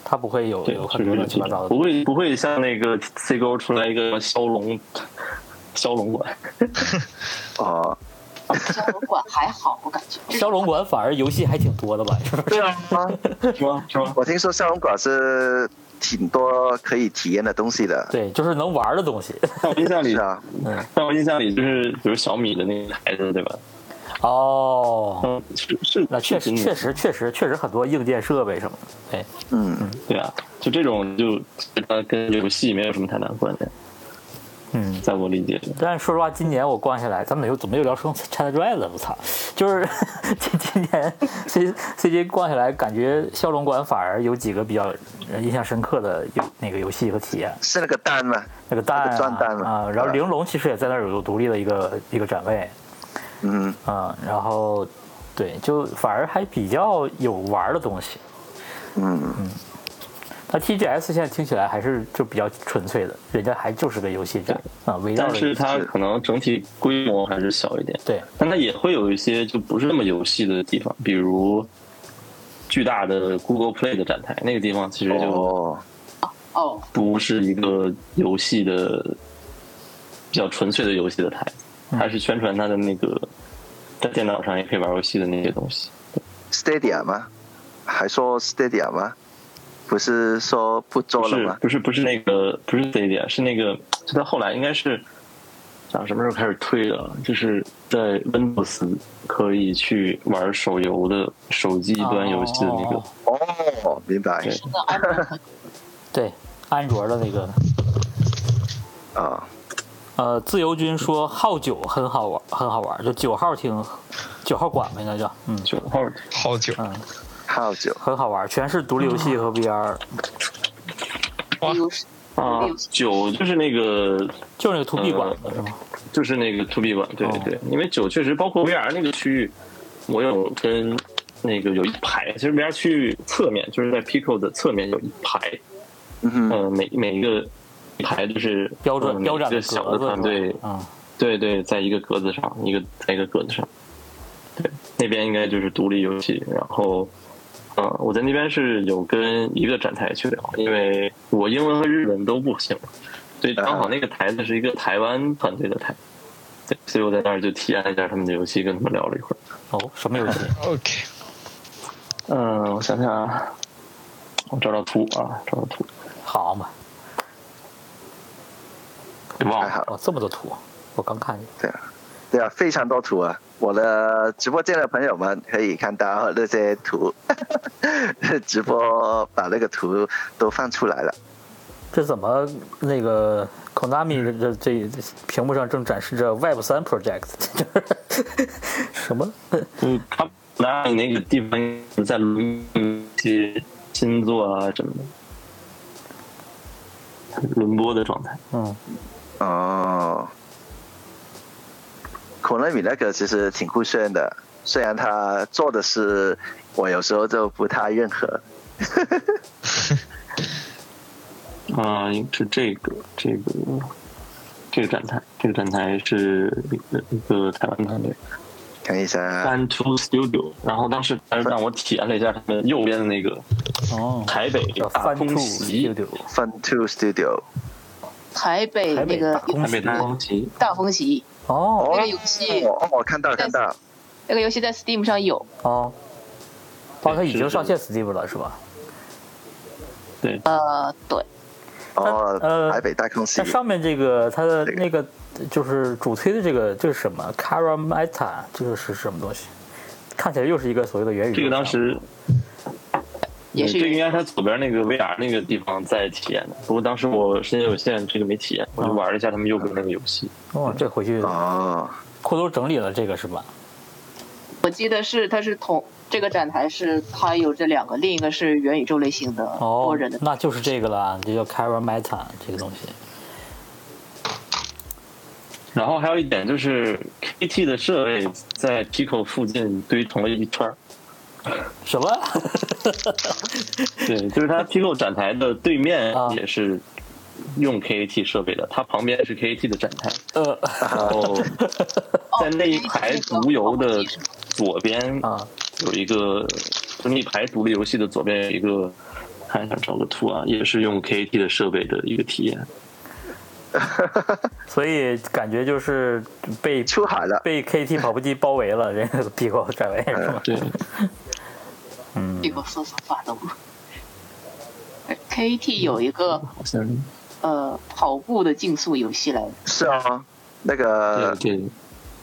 S1: 它不会有
S6: 对，
S1: 有很多乱七八糟的
S6: 不
S1: 东西。
S6: 会不会像那个 C 沟出来一个骁龙，骁龙馆，
S2: 哦，
S5: 骁龙馆还好，我感觉。
S1: <laughs> 骁龙馆反而游戏还挺多的吧？是吧？
S2: 对啊，
S6: 是吗？是吗？
S2: 我听说骁龙馆是挺多可以体验的东西的，
S1: 对，就是能玩的东西。
S6: 在我印象里
S2: 是，啊，
S6: 在我印象里就是比如小米的那个牌子，对吧？
S1: 哦，
S6: 嗯，是是，
S1: 那确实
S6: 是
S1: 确实确实确实很多硬件设备什么的，哎，
S2: 嗯，
S6: 对啊，就这种就它跟游戏没有什么太大关联，
S1: 嗯。
S6: 在我理解里。
S1: 但是说实话，今年我逛下来，咱们又怎么又聊成 China Drive 了？我操！就是 <laughs> 今今年 C C J 逛下来，感觉骁龙馆反而有几个比较印象深刻的游那个游戏和体验，
S2: 是那个蛋吗？
S1: 那个蛋
S2: 那
S1: 啊
S2: 个转蛋嘛
S1: 啊，然后玲珑其实也在那儿有有独立的一个一个展位，
S2: 嗯，
S1: 嗯，然后对，就反而还比较有玩的东西。
S2: 嗯
S1: 嗯。那 TGS 现在听起来还是就比较纯粹的，人家还就是个游戏展啊，围绕
S6: 但
S1: 着
S6: 是它
S2: 是
S6: 可能整体规模还是小一点，
S1: 对
S6: 但它也会有一些就不是那么游戏的地方，比如巨大的 Google Play 的展台，那个地方其实就
S2: 哦，
S5: 哦，
S6: 不是一个游戏的比较纯粹的游戏的台，
S2: 嗯
S6: 它是宣传它的那个在电脑上也可以玩游戏的那些东西。
S2: Stadia 吗？还说 Stadia 吗？不是说不
S6: 不
S2: 做了
S6: 是
S2: 吗？
S6: 不是不是那个不是 Stadia，是那个就它后来应该是啊讲什么时候开始推的，就是在 Windows 可以去玩手游的手机端游戏的那个。
S1: 哦
S2: 哦，明白
S6: 对。
S5: 那安卓可以
S1: 对，安卓的那个。
S2: 哦，
S1: 呃，自由军说号九很好玩，很好玩，就九号厅，九号馆吧，应该叫，嗯
S6: 九号
S3: 好久，
S1: 嗯，
S2: 好久。
S1: 很好玩，全是独立游戏和 VR，
S3: 哇
S5: 比如是
S6: 啊
S5: 游戏，
S6: 九就是那个
S1: 就是那个 to B 馆
S6: 嗯
S1: 是吗？
S6: 就是那个 To B 版，对
S1: 哦
S6: 对，因为九确实包括 VR 那个区域，我有跟那个有一排，其实 VR 区域侧面就是在 Pico 的侧面有一排，
S2: 嗯哼，
S6: 呃，每每一个一排就是
S1: 标准
S6: 呃
S1: 标准
S6: 每
S1: 的
S6: 个小
S1: 格
S6: 的
S1: 子
S6: 团
S1: 是
S6: 队
S1: 吧，嗯，
S6: 对对，在一个格子上，一个在一个格子上，对，那边应该就是独立游戏。然后，呃，我在那边是有跟一个展台去聊，因为我英文和日文都不行，所以刚好那个台子是一个台湾团队的台，对，所以我在那儿就体验了一下他们的游戏，跟他们聊了一会儿。
S1: 哦，什么游戏？
S3: OK，
S6: 嗯、我想想啊，我找找图啊，找找图，
S1: 好嘛，
S6: 给忘
S2: 还
S6: 了。
S2: 好。
S1: 哦，这么多图，我刚看见，
S2: 对啊，对啊，非常多图啊！我的直播间的朋友们可以看到那些图， <laughs> 直播把那个图都放出来了。
S1: 这怎么那个 Konami 的这这屏幕上正展示着 Web 三 Project，什么？
S6: 嗯，他那你那个地方在轮一些星座啊什么的，轮播的状态。
S1: 嗯，
S2: 哦，孔乐米那个其实挺酷炫的，虽然他做的是我有时候就不太认可。
S6: 啊、是这个这个这个展台，这个展台是一个一个台湾团队
S2: 看一
S1: 啊
S2: 下，
S6: Fan Two Studio，然后当时还让我体验了一下他们右边的那个
S1: 哦，
S6: 台北
S1: 叫
S6: 大
S1: Fun
S6: 空
S1: Two
S6: 袭，
S1: Studio，
S2: Fun Two Studio，
S5: 台北
S1: 台
S5: 那
S1: 北
S5: 个
S1: 大空
S6: 台北大空袭，
S5: 大风袭
S1: 哦
S5: 那个游戏
S2: 哦，哦我看到看到，
S5: 那个游戏在 Steam 上有，
S1: 哦，哦，它已
S6: 是
S1: 经
S6: 的
S1: 上线 Steam 了是吧？
S6: 对，
S1: 啊
S5: 呃，对，
S1: 呃
S2: 哦，台北大空袭
S1: 那，上面这个它的
S2: 这个
S1: 那个就是主推的这个这是什么 k a r a m e t a 这个是什么东西？看起来又是一个所谓的元宇宙。
S6: 这个当时
S1: 嗯
S5: 也是
S6: 这个应该它左边那个 VR 那个地方在体验的，不过当时我时间有限，这个没体验，我就玩了一下他们右边那个游戏。
S1: 哦，这回
S6: 啊
S1: 去
S2: 哦，
S1: 裤头整理了这个是吧？
S5: 我记得是它是同这个展台是它有这两个，另一个是元宇宙类型的
S1: 哦
S5: 多人的，，
S1: 那就是这个了，这叫 k a r a m e t a 这个东西。
S6: 然后还有一点就是 KT 的设备在 Pico 附近堆成了一圈儿，
S1: 什么？ <laughs>
S6: 对，就是它 Pico 展台的对面
S1: 啊
S6: 也是用 KT 设备的，它旁边是 KT 的展台，
S1: 呃，
S6: 然后在那一排独游的左边
S1: 啊
S6: 有一个，就那一排独立游戏的左边有一个，看一下找个图啊，也是用 KT 的设备的一个体验。
S1: 所以感觉就是被
S2: 出海了，
S1: 被 KT 跑步机包围了，人家 <laughs> 的屁股站位是吧？
S6: 对，
S1: 嗯
S5: 这，个瑟瑟发抖。哎
S1: 嗯
S5: KT 有一个
S6: 好像是
S5: 呃跑步的竞速游戏来着，
S2: 是哦，那个
S6: 对对，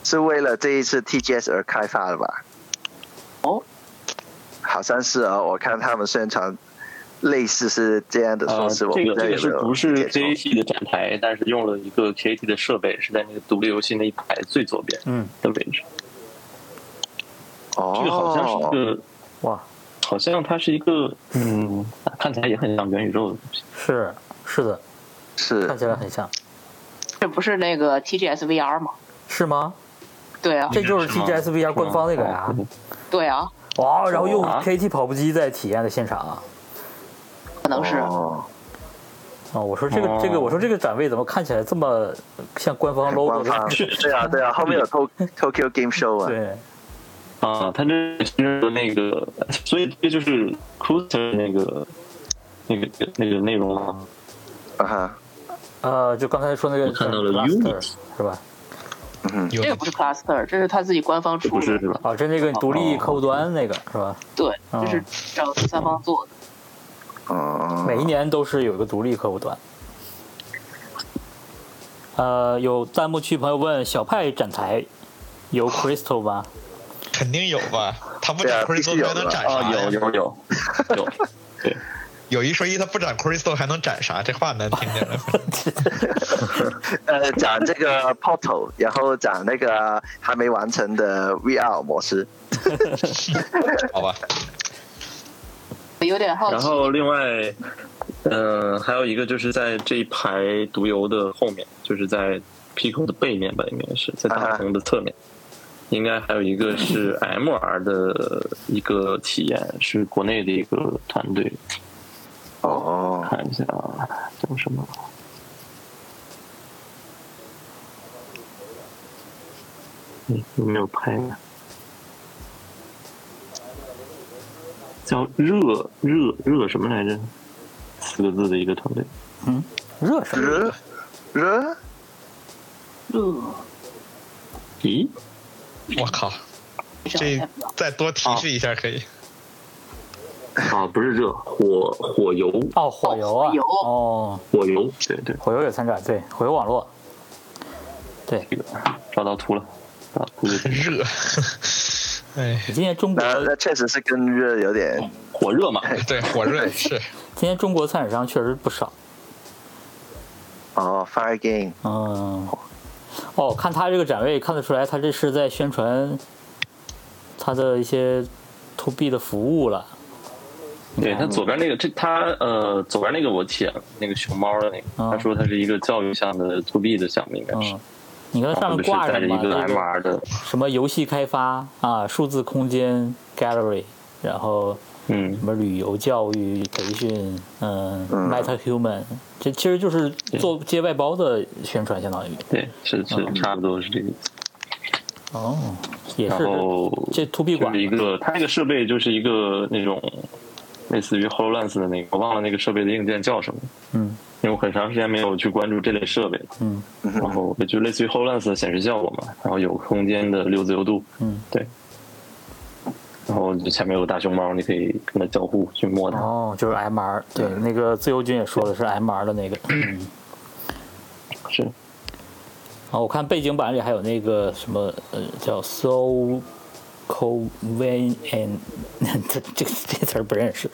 S2: 是为了这一次 TGS 而开发的吧？
S5: 哦，
S2: 好像是啊、我看他们宣传类似是这样的说
S6: 呃，这
S2: 辞，我
S6: 个
S2: 不知道
S6: 这
S2: 有
S6: 个是
S2: 没
S6: 不
S2: 有
S6: 是
S2: 解错
S6: KT 的展台，但是用了一个 KT 的设备，是在那个独立游戏那一排最左边
S1: 嗯，
S6: 的位置。
S2: 哦，
S6: 这个好像是
S1: 哦
S6: 一个，
S1: 哇，
S6: 好像它是一个，嗯，看起来也很像元宇宙的东西。
S1: 是是的，看
S2: 是
S1: 起来很像，
S5: 这不是那个 TGS VR 吗？
S1: 是吗？
S5: 对啊，
S1: 这就是
S3: 是吗
S1: TGS VR 官方那个呀、
S6: 嗯
S5: 对啊，
S1: 哇，然后用
S6: 啊
S1: KT 跑步机在体验的现场啊！
S5: 可能是
S2: 哦，
S1: 啊我说这个
S6: 哦
S1: 这个，我说这个展位怎么看起来这么像官方 logo
S2: 官
S1: 的？
S2: 方对啊对啊，后面有 Tok- Tokyo Game Show 啊，
S1: 对，
S6: 嗯啊，它这其实和那个，所以这就是 Cruiser 那个那个那个内容啊。
S2: 啊哈，
S1: 呃，就刚才说那个
S6: 我看到了
S1: Cluster
S6: Unit
S1: 是吧？
S2: 嗯
S3: 有
S5: 这个不是 cluster，这是他自己官方出
S6: 不是
S5: 的
S6: 是。吧？
S1: 哦，这那个独立
S6: 哦
S1: 客户端那个是吧？
S5: 对，
S1: 哦
S5: 这是找第三方做的。
S2: 哦，
S1: 每一年都是有一个独立客户端。呃，有弹幕区朋友问小派展台有 Crystal 吗？
S3: 肯定有吧？他不
S2: 对啊
S3: 展 Crystal
S2: 必须有
S3: 还能
S2: 的
S3: 展
S6: 啊，
S3: 啥呀？
S6: 有有
S3: <laughs>
S6: 有有，对，
S3: 有一说一，他不展 Crystal 还能展啥？这话难听点了。
S2: <laughs> 呃，讲这个 Portal，然后讲那个还没完成的 VR 模式。
S3: 好吧，
S5: 我有点好
S6: 然
S5: 奇，
S6: 后另外，呃，还有一个就是在这一排毒油的后面，就是在 Pico 的背面吧，应该是在大鹏的侧面，应该还有一个是 MR 的一个体验，是国内的一个团队，
S2: 哦，
S6: 看一下啊，叫什么？嗯，有没有拍呢？叫热热热什么来着？四个字的一个团队，
S1: 热什么？
S2: 热热，
S5: 嗯
S6: 咦，
S3: 我靠，这再多提示一下可以。
S6: 啊，不是热，火火油，
S1: 哦，火油啊
S5: 火油！
S1: 哦，
S6: 火油，对对，
S1: 火油也参展，对，火油网络。对，
S6: 这个找到图了，找到图就是
S3: 热，哎，
S1: 今年中国
S2: 呃那那确实是跟热有点
S6: 火热嘛，
S3: 对，火热是
S1: 今年中国参展商确实不少。
S2: 哦，Fire Game
S1: 嗯，哦，看他这个展位看得出来，他这是在宣传他的一些 to B 的服务了。
S6: 对他左边那个，这他呃左边那个我写了那个熊猫的那个，
S1: 嗯
S6: 他说他是一个教育项的 to B 的项目，应该是
S1: 嗯，，你看它上
S6: 然后
S1: 面
S6: 哦就是
S1: 挂着
S6: 带
S1: 什
S6: 着一
S1: 么？
S6: 个
S1: 那个
S6: MR 的，
S1: 什么游戏开发啊，数字空间 gallery，然后
S6: 嗯
S1: 什，么旅游教育培训，嗯
S2: 嗯
S1: ，Meta Human，这其实就是做接外包的宣传，相当于
S6: 对，是是差不多是这个意思。
S1: 哦，嗯也
S6: 然
S1: 是
S6: 后
S1: 这 to B
S6: 就
S1: 馆
S6: 是一个，它那个设备就是一个那种类似于 HoloLens 的那个，我忘了那个设备的硬件叫什么，
S1: 嗯
S6: 因为我很长时间没有去关注这类设备了。
S1: 嗯
S6: 然后就类似于 HoloLens 的显示效果嘛，然后有空间的六自由度，
S1: 嗯，
S6: 对。然后就前面有个大熊猫，你可以跟它交互去摸它。
S1: 哦，就是 MR，对，那个自由军也说的是 MR 的那个，嗯，
S6: 是，
S1: 啊，我看背景板里还有那个什么呃叫 so convenient，这 <laughs> 这个这个词儿不认识，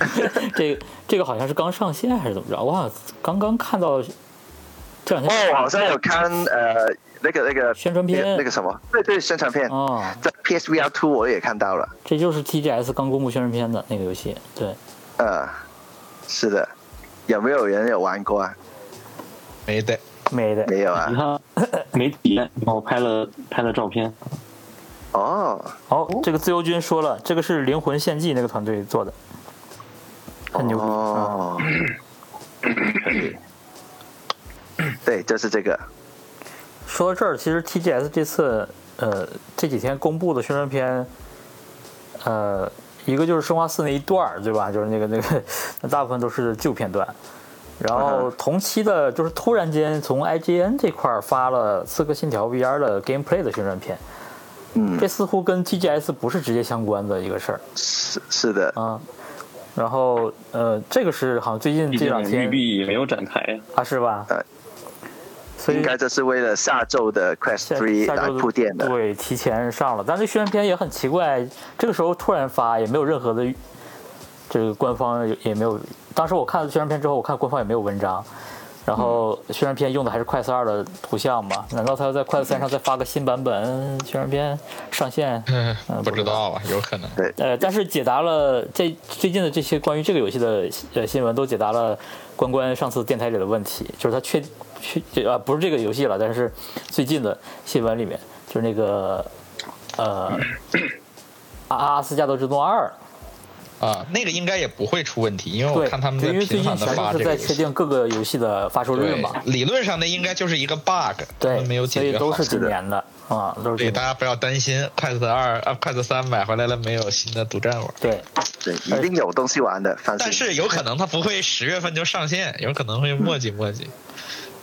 S1: 这个这个好像是刚上线还是怎么着？我好像刚刚看到这两天
S2: 哦，好像有看呃那个那个
S1: 宣传片
S2: 那那个什么，对对，宣传片，
S1: 哦，
S2: 在 PSVR Two 我也看到了，
S1: 这就是 TGS 刚公布宣传片的那个游戏，对，
S2: 呃，是的，有没有人有玩过啊？
S3: 没得。
S1: 没的，
S2: 没有啊
S6: 你，看没体验，然后拍了拍了照片，
S2: 哦，
S1: 好、这个自由军说了，这个是《灵魂献祭》那个团队做的，很牛逼。啊
S2: 哦，
S1: <coughs>
S2: 可以，对，就是这个，
S1: 说到这儿，其实 TGS 这次呃这几天公布的宣传片，呃，一个就是《生化四》那一段儿，对吧？就是那个那个，那大部分都是旧片段。然后
S2: 嗯哼
S1: 同期的，就是突然间从 IGN 这块儿发了《刺客信条 VR》的 gameplay 的宣传片，
S2: 嗯
S1: 这，似乎跟 TGS 不是直接相关的一个事儿
S2: 是是的，
S1: 啊。然后呃，这个是好像最近
S6: 毕
S1: 这两
S6: 竟育
S1: 天
S6: 碧也没有展开呀。
S1: 啊，是吧？
S2: 呃
S1: 所
S2: 应
S1: 以
S2: 该这是为了下周的 Quest
S1: 下
S2: Three
S1: 下
S2: 来
S1: 周
S2: 铺垫的，
S1: 对，提前上了，但这宣传片也很奇怪，这个时候突然发，也没有任何的预这个官方也也没有。当时我看了宣传片之后，我看官方也没有文章，然后
S2: 嗯
S1: 宣传片用的还是快四二的图像嘛？难道他要在快四三上再发个新版本宣传片上线？
S3: 嗯
S1: 嗯，
S3: 不知道啊，有可能。
S1: 呃，但是解答了这最近的这些关于这个游戏的呃新闻，都解答了关关上次电台里的问题，就是他确确啊不是这个游戏了，但是最近的新闻里面就是那个呃阿阿斯加德之怒二
S3: 啊，那个应该也不会出问题，因为我
S1: 对，
S3: 看他们
S1: 对
S3: 在
S1: 因为最近
S3: 频繁的
S1: 全
S3: 发
S1: 都
S3: 这
S1: 是
S3: 个
S1: 在
S3: 游
S1: 确
S3: 戏。
S1: 定各个游戏的发售日嘛，
S3: 理论上那应该就是一个 bug，他
S1: 对
S3: 们没有，
S1: 所
S3: 解
S1: 以
S3: 决
S1: 都
S3: 好。
S1: 是今年的啊，都是
S3: 所以
S1: 今
S3: 大
S1: 年。
S3: 家不要担心，筷子二、啊筷子三买回来了没有新的独占玩。
S1: 对，哎
S2: 对，一定有东西玩的，放心。
S3: 但是有可能它不会十月份就上线，有可能会磨叽磨叽，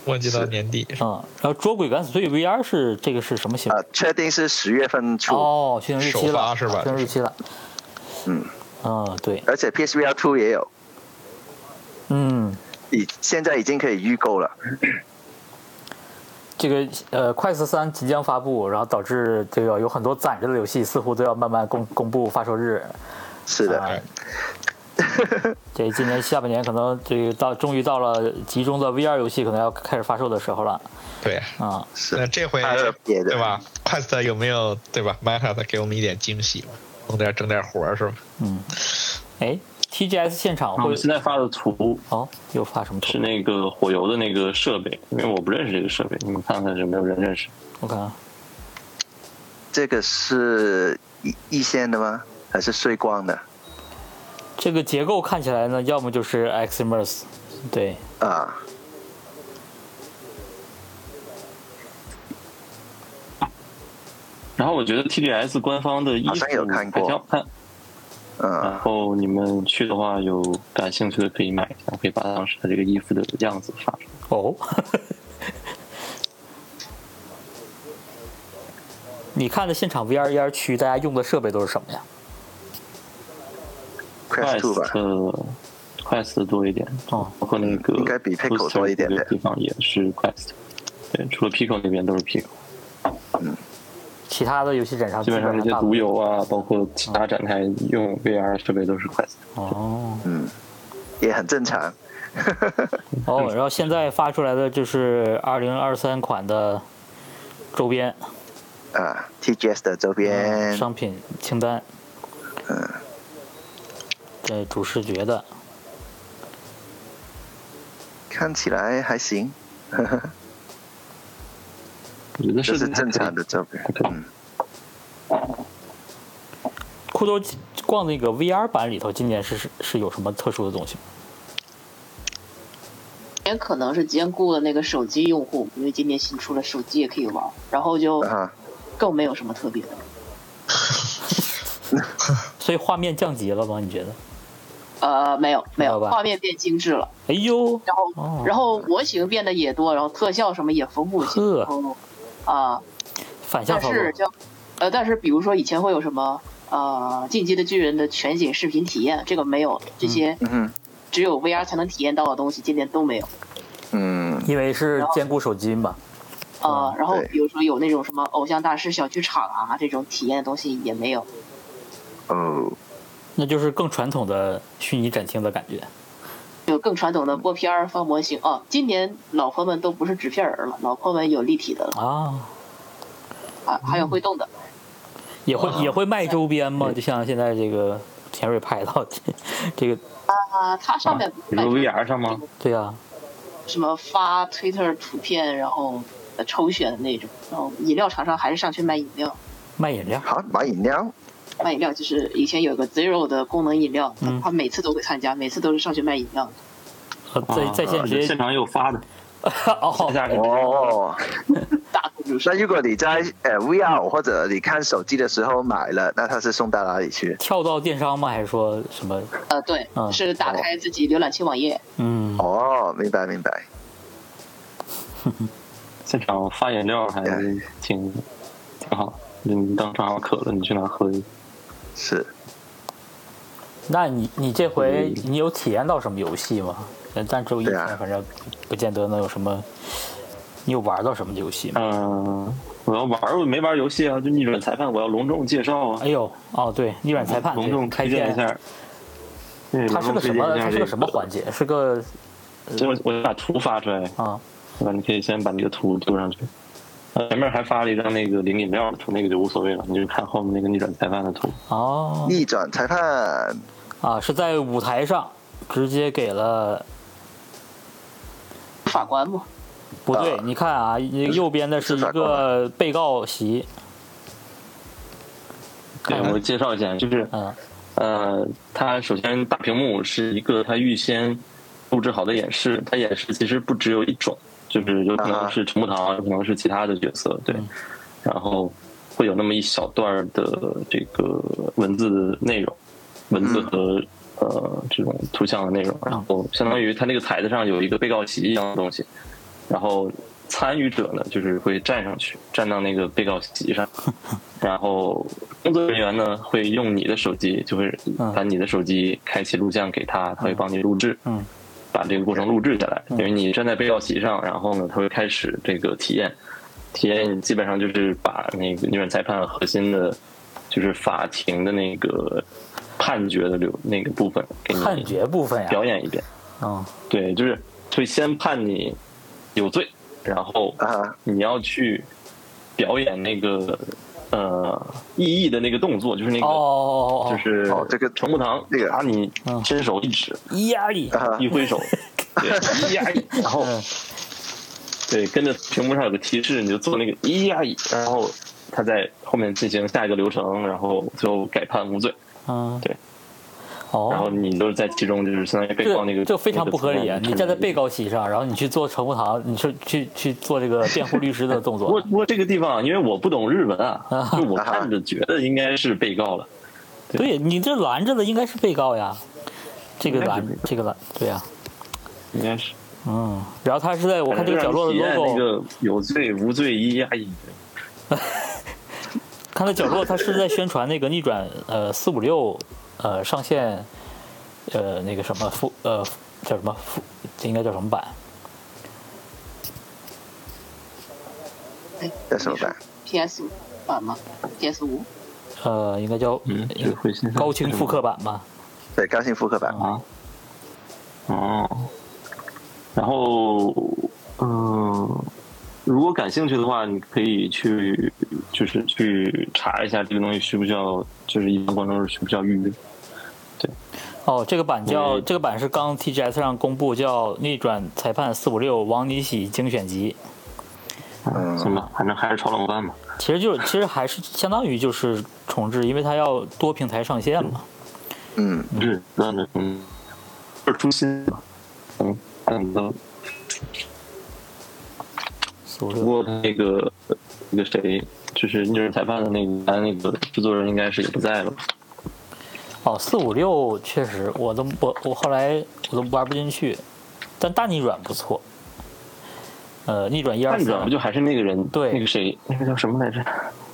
S3: 磨叽到年底。
S1: 嗯，然后捉鬼敢死队 VR 是这个是什么型？
S2: 呃，确定是十月份出，
S1: 哦，确定日期
S3: 首
S1: 了，
S3: 发是吧
S1: 确定日期了。
S2: 嗯
S1: 嗯，对，
S2: 而且 PSVR Two 也有，
S1: 嗯，
S2: 已现在已经可以预购了。
S1: 这个呃，快速三即将发布，然后导致这个有很多攒着的游戏似乎都要慢慢公公布发售日。
S2: 是的，
S1: 啊这今年下半年可能这个到终于到了集中的 VR 游戏可能要开始发售的时候了
S3: 对，
S1: 啊、
S2: 是
S3: 那这回
S2: 还有别的
S3: 对吧？筷子有没有对吧？Meta 的给我们一点惊喜吧，弄点整点活儿是吧？
S1: 哎，TGS 现场
S6: 我
S1: 会
S6: 们现在发的图
S1: 哦，又发什么图
S6: 是？那个火油的那个设备，因为我不认识这个设备，你们看看有没有人认识？
S1: 我看啊看，
S2: 这个是一一线的吗？还是碎光的？
S1: 这个结构看起来呢，要么就是 Xmers，对，
S2: 啊，
S6: 然后我觉得 TGS 官方的衣服
S2: 好像有看过
S6: 还挺好看，然
S1: 啊
S2: 嗯，
S6: 后你们去的话有感兴趣的可以买一下，我可以把当时的这个衣服的样子发出来。
S1: 哦， <laughs> 你看的现场 VR AR 区，大家用的设备都是什么呀？
S2: Quest Two 吧，
S6: Quest Quest 多一点，
S1: 哦
S6: 包括那个
S2: 应该比 Pico
S6: Booster
S2: 多一点
S6: 这个
S2: 对
S6: 地方也是 Quest，对，除了 Pico 那边都是 Pico，
S1: 其他的游戏展上
S6: 基本上那些
S1: 大部
S6: 独
S1: 分
S6: 游啊，包括其他展台用 VR 设备都是 Quest。
S1: 哦
S2: 也很正常。 <laughs>
S1: 哦，
S6: <laughs>
S1: 然后现在发出来的就是二零二三款的周边
S2: 啊，TGS 的周
S6: 嗯
S2: 边，
S1: 商品清单，对主视觉的，
S2: 看起来还行，
S6: 我觉得
S2: 这
S6: 设
S2: 是
S6: 计还可
S2: 正
S6: 以
S2: 常的周边。嗯，
S1: 酷都逛那个 VR 版里头，今年是是是有什么特殊的东西吗？
S5: 也可能是兼顾了那个手机用户，因为今年新出了手机也可以玩，然后就
S2: 啊，
S5: 更没有什么特别的。
S1: 所以画面降级了吗？你觉得？
S5: 呃，没有没
S1: 好
S5: 有，
S1: 吧
S5: 画面变精致了，
S1: 哎呦，
S5: 然
S1: 哦
S5: 后然后模型变得也多，然后特效什么也丰富一些，
S1: 呵
S5: 然后啊、
S1: 反向
S5: 但
S1: 操
S5: 是
S1: 作，
S5: 像呃，但是比如说以前会有什么呃《进击的巨人》的全景视频体验，这个没有，这些
S2: 嗯
S5: 只有 VR 才能体验到的东西，今年都没有
S2: 嗯，
S1: 因为是兼顾手机嘛。
S5: 啊、呃然后
S2: 对
S5: 比如说有那种什么偶像大师小剧场啊这种体验的东西也没有。
S2: 哦，
S1: 那就是更传统的虚拟展厅的感觉。
S5: 有更传统的拨片儿放模型啊，今年老婆们都不是纸片人了，老婆们有立体的了，啊
S1: 啊，
S5: 还还有会动的。
S1: 也会、也会卖周边吗？就像现在这个田瑞拍到这这个，
S5: 啊，它上面不
S6: 比
S5: 是
S6: 如
S5: 卖
S6: 说 VR 上吗？
S1: 对呀、啊，
S5: 什么发 Twitter 图片，然后呃抽选的那种，然后饮料厂商还是上去卖饮料，
S1: 卖饮料。
S2: 好，买饮料，
S5: 卖饮料就是以前有个 Zero 的功能饮料，
S1: 嗯
S5: 他每次都会参加，每次都是上去卖饮料的。
S1: 呃在在线
S6: 啊
S1: 直接
S6: 现场有发的，线
S1: <laughs> 哦，
S6: 下是
S2: 哦。
S5: 大众主
S2: 那
S5: 帅
S2: 如果你在呃 VR 或者你看手机的时候买了，那它是送到哪里去？
S1: 跳到电商吗？还是说什么？
S5: 呃，对，
S1: 嗯
S5: 是打开自己浏览器网页，
S1: 嗯，
S2: 哦，明白明白，
S6: 现场发饮料还
S2: 对
S6: 挺挺好。你当场渴了，你去那喝一
S2: 是
S1: 那你你这回
S6: 嗯
S1: 你有体验到什么游戏吗？但但只有一
S2: 对啊
S1: 款，反正不见得能有什么。你有玩到什么游戏吗？
S6: 嗯，我要玩儿，我没玩儿游戏啊，就逆转裁判，我要隆重介绍啊
S1: 哎，呦，哦对，逆转裁判，
S6: 隆
S1: 对
S6: 重
S1: 开
S6: 推
S1: 店
S6: 荐一，下。对
S1: 它
S6: 隆
S1: 是
S6: 重
S1: 个什
S6: 推荐
S1: 么？
S6: 一下
S1: 它是
S6: 这
S1: 个什么环节？是个
S6: 这我我把图发出来，
S1: 啊，
S6: 对吧？你可以先把那个图丢上去。呃，前面还发了一张那个领饮料的图，那个就无所谓了，你就看后面那个逆转裁判的图。
S1: 哦
S2: 逆转裁判，
S1: 啊，是在舞台上直接给了。
S5: 法官嘛，
S1: 不对，
S2: 啊
S1: 你看啊，右边的是一
S2: 是法官
S1: 个被告席，
S6: 对，
S1: 看看
S6: 我介绍一下，就是
S1: 嗯，
S6: 呃，它首先大屏幕是一个它预先布置好的演示，它演示其实不只有一种，就是有可能是陈木堂，有可能是其他的角色，对，然后会有那么一小段的这个文字的内容，文字和呃这种图像的内容，然后相当于它那个台子上有一个被告席一样的东西，然后参与者呢就是会站上去，站到那个被告席上，然后工作人员呢会用你的手机，就会
S1: 嗯
S6: 把你的手机开启录像给他，他会帮你录制，
S1: 嗯
S6: 把这个过程录制下来，等于你站在被告席上，然后呢他会开始这个体验，体验基本上就是把那个女审裁判核心的，就是法庭的那个判决的流那个部分给你
S1: 判决啊部分呀，
S6: 嗯表演一遍。
S1: 嗯
S6: 对，就是会先判你有罪，然后
S2: 啊
S6: 你要去表演那个呃异议的那个动作，就是那个、
S1: 哦哦哦哦，
S6: 就是
S2: 哦这个
S6: 程木堂
S2: 这个
S6: 把你
S1: 嗯
S6: 伸手一指，
S1: 压力，
S2: 啊
S6: 一挥
S2: <laughs>
S6: 手，对，咿呀咿，然后
S1: 嗯
S6: 对，跟着屏幕上有个提示，你就做那个咿呀咿，然后他在后面进行下一个流程，然后最后改判无罪，
S1: 嗯
S6: 对，然后
S1: 哦。
S6: 你都是在其中，就是相当于被
S1: 这
S6: 告那个
S1: 这非常不合理啊！你站在被
S6: 告。
S1: 告席上，然后你去做陈木堂，你去去去做这个辩护律师的动
S6: 不过
S1: 作，
S6: 不过这个地方，啊因为我不懂日文
S1: <laughs>
S6: 啊，就我看着觉得应该是被告了，
S1: 对你这拦着的应该是被告呀，这个
S6: 应该是
S1: 拦
S6: 被告
S1: 这个拦，对呀，
S6: 应该是。
S1: 嗯，然后他是在我看这个角落的
S6: 体验
S1: logo，
S6: 那个有罪无罪一压一。
S1: 看到角落，他是在宣传那个逆转呃四五六呃上线呃那个什么复呃叫什么复这应该叫什么版？
S2: 叫什么版？
S5: PS 版吗？PS 五
S1: 呃，应该叫、
S6: 嗯
S1: 应该
S6: 这回线上
S1: 高清复刻版吧？
S2: 对，高兴复刻版。
S6: 啊，哦，然后嗯、如果感兴趣的话，你可以去就是去查一下这个东西需不需要，就是一般观众是需不需要预约。
S1: 哦，这个版叫
S6: 嗯
S1: 这个版是刚 TGS 上公布，叫《逆转裁判四五六王尼喜精选集
S2: 嗯
S6: 行吧，反正还是炒冷饭嘛。》，
S1: 其实就是其实还是相当于就是重置，因为它要多平台上线嘛。
S2: 嗯，
S6: 是，那那嗯，不是诛心吧？嗯，嗯，嗯
S1: 四五
S6: 不
S1: 六
S6: 过那个那个谁，就是逆转裁判的那个他那个制作人应该是也不在了吧。
S1: 哦，四五六确实我都我我后来我都玩不进去，但大逆转不错。呃，逆转一二
S6: 逆
S1: 三
S6: 啊转不就还是那个人？
S1: 对
S6: 那个谁，那个叫什么来着？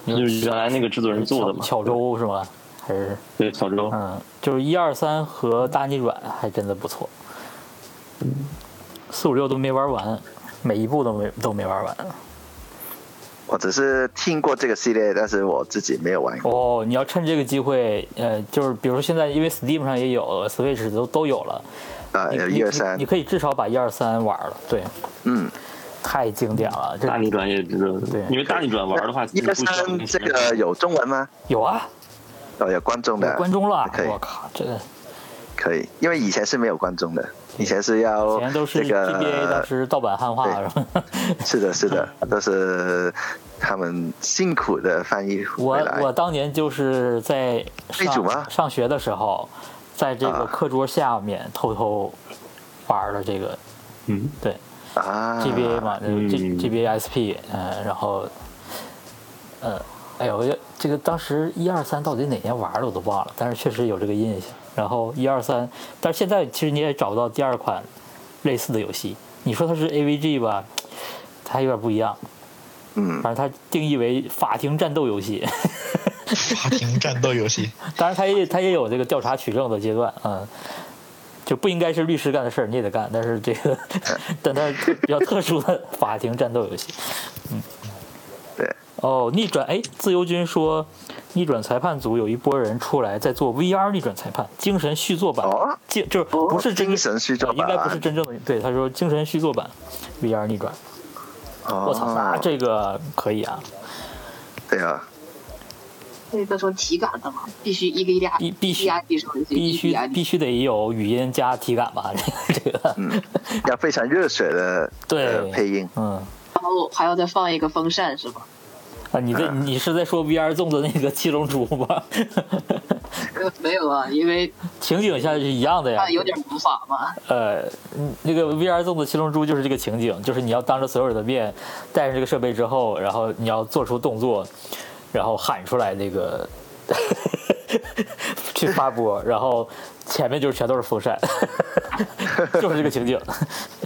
S1: 嗯
S6: 就是原来那个制作人做的嘛。
S1: 巧周是吗？还是
S6: 对，小周。
S1: 嗯，就是一二三和大逆转还真的不错，四五六都没玩完，每一步都没都没玩完。
S2: 我只是听过这个系列，但是我自己没有玩过。
S1: 哦，你要趁这个机会，呃，就是比如说现在因为 Steam 上也有，Switch 都都有了，
S2: 啊，
S1: 你
S2: 有
S1: 你
S2: 一二
S1: 你
S2: 三
S1: 你，可以至少把一二三玩了。对，
S2: 嗯，
S1: 太经典了，这
S6: 大逆转也值得，
S1: 对
S6: 因为大逆转玩的话，其
S2: 哦一二
S6: 实不需
S2: 三
S6: 要
S2: 这个有中文吗？
S1: 有啊，
S2: 哦，有观众
S1: 有
S2: 的，
S1: 关中了
S2: 可，以
S1: 我靠，这
S2: 可以，因为以前是没有观众的，以前是要
S1: 以前都是
S2: 哦这
S1: GBA 当
S2: 个，
S1: 时盗版汉化
S2: 对
S1: 是
S2: <laughs>
S1: 吧？
S2: 是的，是的，
S1: 嗯
S2: 都是他们辛苦的翻译
S1: 我
S2: 回来。
S1: 我当年就是在
S2: 地主吗
S1: 上上学的时候，在这个
S2: 啊
S1: 课桌下面偷偷玩的这个，
S6: 嗯，
S1: 对
S2: 啊
S1: GBA 嘛，
S6: 嗯
S1: g GBA SP，呃，然后，呃，哎呦，我这个当时一二三到底哪年玩的我都忘了，但是确实有这个印象。然后一二三，但是现在其实你也找不到第二款类似的游戏。你说它是 AVG 吧，它还有点不一样，
S2: 嗯，
S1: 反正它定义为法庭战斗游戏。
S3: 法庭战斗游戏，
S1: 当然，他也他也有这个调查取证的阶段，嗯，就不应该是律师干的事儿，你也得干。但是这
S2: <laughs>
S1: 个，但它是比较特殊的法庭战斗游戏，嗯，
S2: 对。
S1: 哦，逆转哎，自由军说，逆转裁判组有一波人出来在做 VR 逆转裁判，精神续作版，
S2: 哦
S1: 精就是不是真呃
S2: 精神续作版
S1: 应该不是真正的。对，他说精神续作版 VR 逆转，
S2: 哦
S1: 我操，那这个可以啊，
S2: 对啊，
S5: 那个说体感的嘛，必须一个一俩
S1: 必必须
S5: 一 D 上去，
S1: 必须
S5: 一
S1: 必须得有语音加体感吧，这个。
S2: 嗯，要非常热血的
S1: 对
S2: 呃配音，
S1: 嗯，
S5: 然后还要再放一个风扇是吧？
S1: 啊，你这你是在说 VR 粽子那个七龙珠吧？
S5: 呃没有啊，因为
S1: <laughs> 情景下是一样的呀
S5: 啊它。有点古法
S1: <laughs>
S5: 嘛。
S1: 呃，嗯那个 VR 粽子七龙珠就是这个情景，就是你要当着所有人的面带上这个设备之后，然后你要做出动作，然后喊出来那个 <laughs> 去发波，然后前面就是全都是风扇， <laughs> 就是这个情景。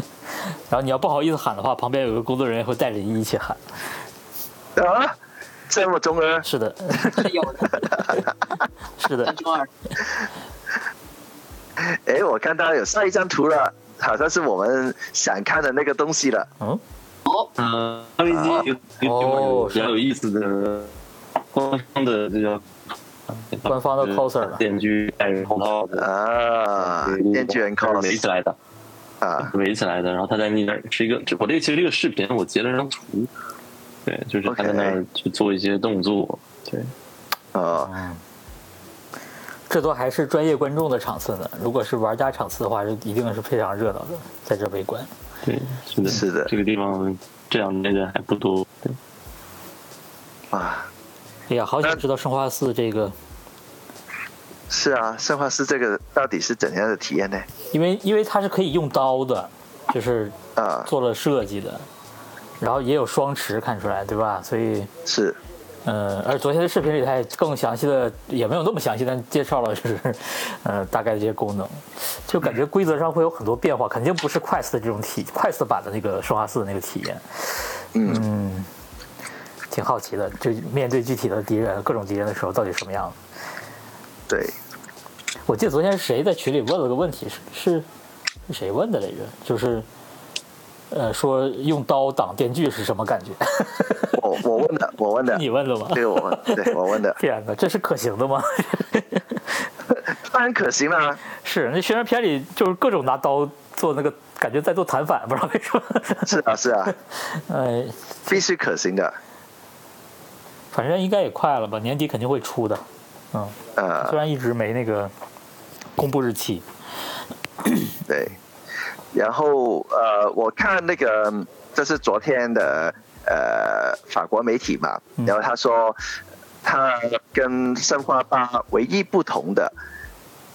S1: <laughs> 然后你要不好意思喊的话，旁边有个工作人员会带着你一起喊。
S2: 啊，这么中二，
S1: 是的，
S5: 是有的，
S1: 是的
S5: 很，中二。
S2: 哎，我看到有上一张图了，好像是我们想看的那个东西了。
S1: 嗯，
S5: 哦，
S6: 嗯，上一集有
S1: 哦
S6: 有有比较有意思的官方的这叫
S1: 官方的 coser 吧
S6: 电锯带人红套的
S2: 啊，电锯人
S6: 围起
S2: cos
S6: 来的，
S2: 啊
S6: 围起来的，然后他在那儿是一个，这我这个其实这个视频我截了张图，对，就是他在那儿去做一些动作，对，
S2: 哦，
S1: 这都还是专业观众的场次呢。如果是玩家场次的话，是一定是非常热闹的，在这围观。
S6: 对，是的，
S2: 是的
S6: 这个地方这样的人还不多，对，
S2: 啊，
S1: 哎呀，好想知道生化四这个，
S2: 是啊，生化师这个到底是怎样的体验呢？
S1: 因为因为它是可以用刀的，就是
S2: 啊，
S1: 做了设计的，然后也有双持看出来，对吧？所以，
S2: 是
S1: 呃，而昨天的视频里它也更详细的，也没有那么详细，但介绍了就是，呃，大概的这些功能，就感觉规则上会有很多变化，肯定不是 Quest 的这种体，Quest 版的那个生化四的那个体验。
S2: 嗯
S1: 嗯，挺好奇的，就面对具体的敌人、各种敌人的时候，到底什么样子？
S2: 对，
S1: 我记得昨天谁在群里问了个问题，是是是谁问的来着？就是，呃，说用刀挡电锯是什么感觉？ <laughs>
S2: 我我问的，我问的，
S1: 你问的吗？
S2: 这个我问，对我问的，
S1: 天哪，这是可行的吗？ <laughs>
S2: 当然可行啦、
S1: 是，那宣传片里就是各种拿刀做那个，感觉在做弹反，不知道为什么。
S2: 是啊是啊，
S1: <laughs> 呃，
S2: 必须可行的。
S1: 反正应该也快了吧，年底肯定会出的。嗯，虽
S2: 呃，
S1: 然一直没那个公布日期。
S2: 对。然后呃，我看那个这是昨天的呃法国媒体嘛，
S1: 嗯
S2: 然后他说他跟《生化八》唯一不同的。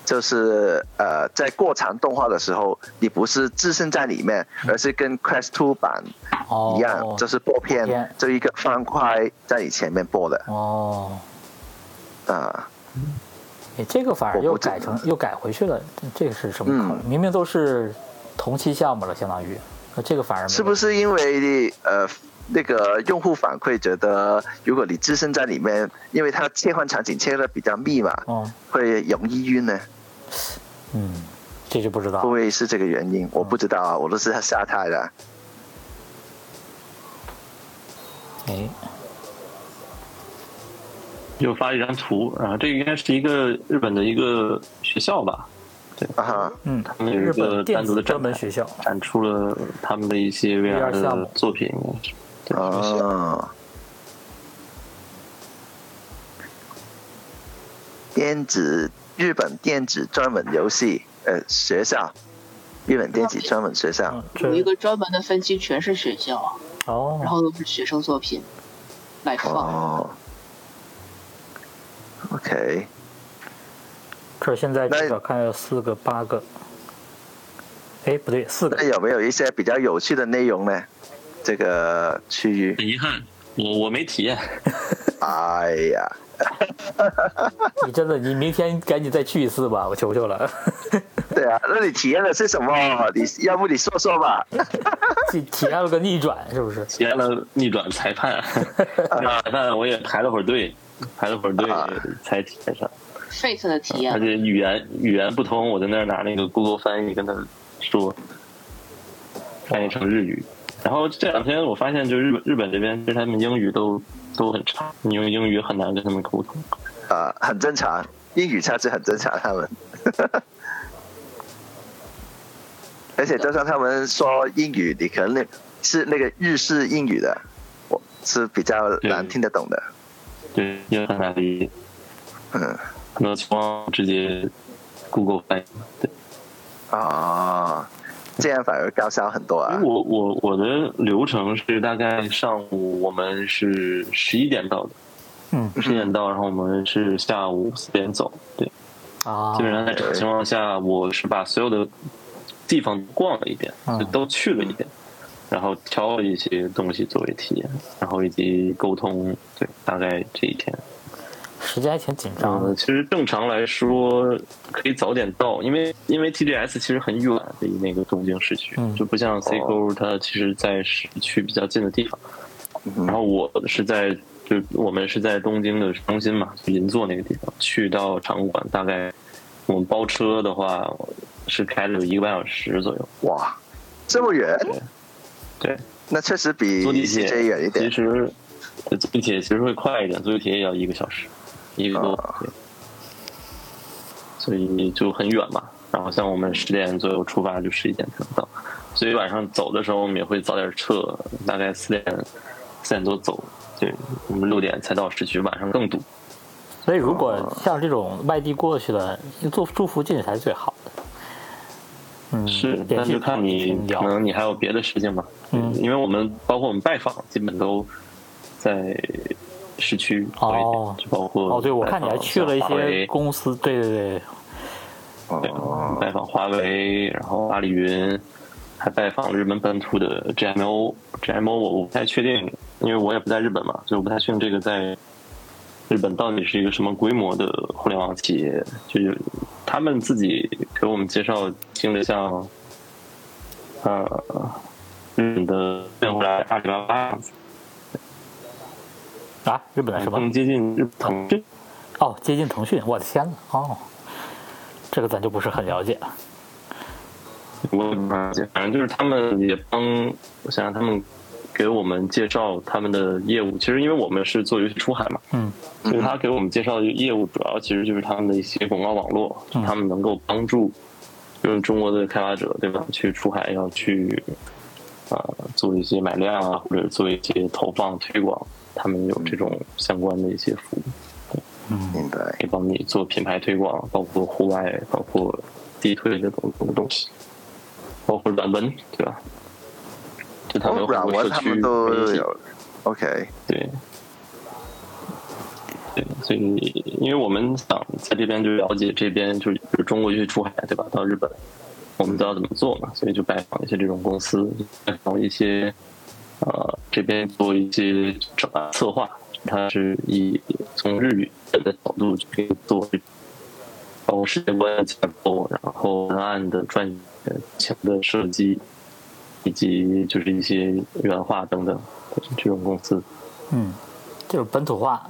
S2: 就是呃，在过场动画的时候，你不是置身在里面，而是跟 Quest Two 版
S1: 嗯哦，
S2: 一样，就是播
S1: 播片
S2: 片，就一个方块在你前面播的
S1: 哦，
S2: 啊、
S1: 哎，这个反而
S2: 我不
S1: 又
S2: 知
S1: 改成又改回去了，这个是什么考虑？
S2: 嗯
S1: 明明都是同期项目了，相当于，那这个反而没
S2: 是不
S1: 是？
S2: 是因为呃那个用户反馈觉得，如果你置身在里面，因为它切换场景切的比较密嘛，
S1: 哦，
S2: 会容易晕呢？
S1: 嗯，这就不知
S2: 会不
S1: 道。
S2: 会是这个原因？我不知道啊，我都是瞎猜的。
S1: 哎，
S6: 又发了一张图，啊，这个应该是一个日本的一个学校吧，
S2: 啊哈，
S1: 嗯，
S6: 他们有
S1: 日
S6: 一个
S1: 本电
S6: 单独
S1: 子
S6: 的
S1: 专
S6: 展
S1: 门
S6: 台。
S1: 学校，
S6: 展出了他们的一些 VR
S1: 项目
S6: 的作品，应该是对
S2: 哦，电子日本电子专门游戏呃学校，日本电子专门学校
S1: 嗯，
S5: 有一
S1: 这
S5: 个专门的分期，全是学校啊，然
S1: 哦，
S5: 后都是学生作品来放。
S2: 哦。OK，
S1: 可是现在至
S2: 那
S1: 少看有四个、八个，哎，不对，四个
S2: 那，有没有一些比较有趣的内容呢？这个区域，
S6: 很遗憾，我我没体验。
S2: 哎呀，
S1: 你真的，你明天赶紧再去一次吧，我求求了。 <laughs>
S2: 对啊，那你体验的是什么？你要不你说说吧？
S1: 体体验了个逆转，是不是？
S6: 体验了逆转裁
S2: <laughs>
S6: 判， <laughs> 逆转裁判我也排了会儿队，排了会儿队
S2: 啊
S6: 才体验上，
S5: Fate 的体
S6: 而
S1: 哦
S5: 验，
S6: 且语言语言不通，我在那儿拿那个 Google 翻译跟他说，翻译成日语。然后这两天我发现，就日本日本这边，其实他们英语都都很差，你用英语很难跟他们沟通。
S2: 啊、很正常，英语差是很正常，他们。 <laughs> 而且就算他们说英语，你可能那是那个日式英语的，我是比较难听得懂的。
S6: 对，也很难理解。
S2: 嗯，
S6: 很多情况直接 Google 翻译。对，
S2: 啊、这样反而高效很多啊
S6: 因为。我我我的流程是大概上午我们是十一点到的，
S1: 嗯，
S6: 十点到，然后我们是下午四点走，对，
S1: 啊
S6: 基，本上在这种情况下，我是把所有的地方逛了一遍，
S1: 嗯
S6: 就都去了一遍，然后挑了一些东西作为体验，然后以及沟通，对，大概这一天。
S1: 时间还挺紧张的
S6: 嗯，其实正常来说可以早点到，因为因为 TGS 其实很远，离那个东京市区，
S1: 嗯
S6: 就不像 C 沟，它其实在市区比较近的地方。然后我是在就我们是在东京的市中心嘛，就银座那个地方，去到场馆大概我们包车的话是开了有一个半小时左右，
S2: 哇，这么远，
S6: 对，
S2: 那确实比
S6: 坐地铁
S2: CJ 远一
S6: 其
S2: 点。
S6: 实呃坐地铁其实会快一点，坐地铁也要一个小时，一个多，
S2: 啊
S6: 对所以就很远嘛。然后像我们十点左右出发，就十一点才能到，所以晚上走的时候我们也会早点撤，大概四点四点多走，对，我们六点才到市区，晚上更堵。
S1: 所以如果
S2: 哦
S1: 像这种外地过去的，住住附近才是最好的。嗯，
S6: 是，
S1: 联
S6: 但
S1: 系
S6: 就看你
S1: 挺
S6: 可
S1: 聊。
S6: 能你还有别的事情嘛。
S1: 嗯
S6: 因为我们包括我们拜访，基本都在市区多一点，
S1: 哦
S6: 就包括
S1: 哦，对，我看你还
S6: 拜访
S1: 去了一
S6: 华
S1: 些
S6: 为
S1: 公司，对对对，
S2: 哦，
S6: 拜访华为，然后阿里云，还拜访了日本本土的 GMO。GMO 我我不太确定，因为我也不在日本嘛，所以我不太确定这个在日本到底是一个什么规模的互联网企业。就是他们自己给我们介绍，听着像，呃，日本的变回来阿里巴巴样子，
S1: 啊，日本的什么？
S6: 更接近日本腾讯。
S1: 哦，接近腾讯，我的天呐，哦，这个咱就不是很了解了。
S6: 我也不了解，反正就是他们也帮，我想想他们给我们介绍他们的业务。其实因为我们是做游戏出海嘛，
S1: 嗯，
S6: 所以他给我们介绍的业务主要其实就是他们的一些广告网络，就是他们能够帮助就是中国的开发者对吧，去出海要去呃做一些买量啊，或者做一些投放推广，他们有这种相关的一些服务。
S1: 嗯
S2: 明白。
S6: 可以帮你做品牌推广，包括户外，包括地推这种种东西，包括软文，对吧？就他们有
S2: 哦，
S6: 很
S2: 软
S6: 多
S2: 文
S6: 社
S2: 他
S6: 区
S2: 们都
S6: 媒体
S2: 有。OK，
S6: 对，对，所以因为我们想在这边就了解这边就是就是中国去出海对吧？到日本，我们知道怎么做嘛，所以就拜访一些这种公司，拜访一些呃这边做一些整啊策划，它是以从日语本的角度去做，包括世界观的架构，然后文案的撰写、情的设计。以及就是一些原画等等，这种公司，
S1: 嗯，就是本土化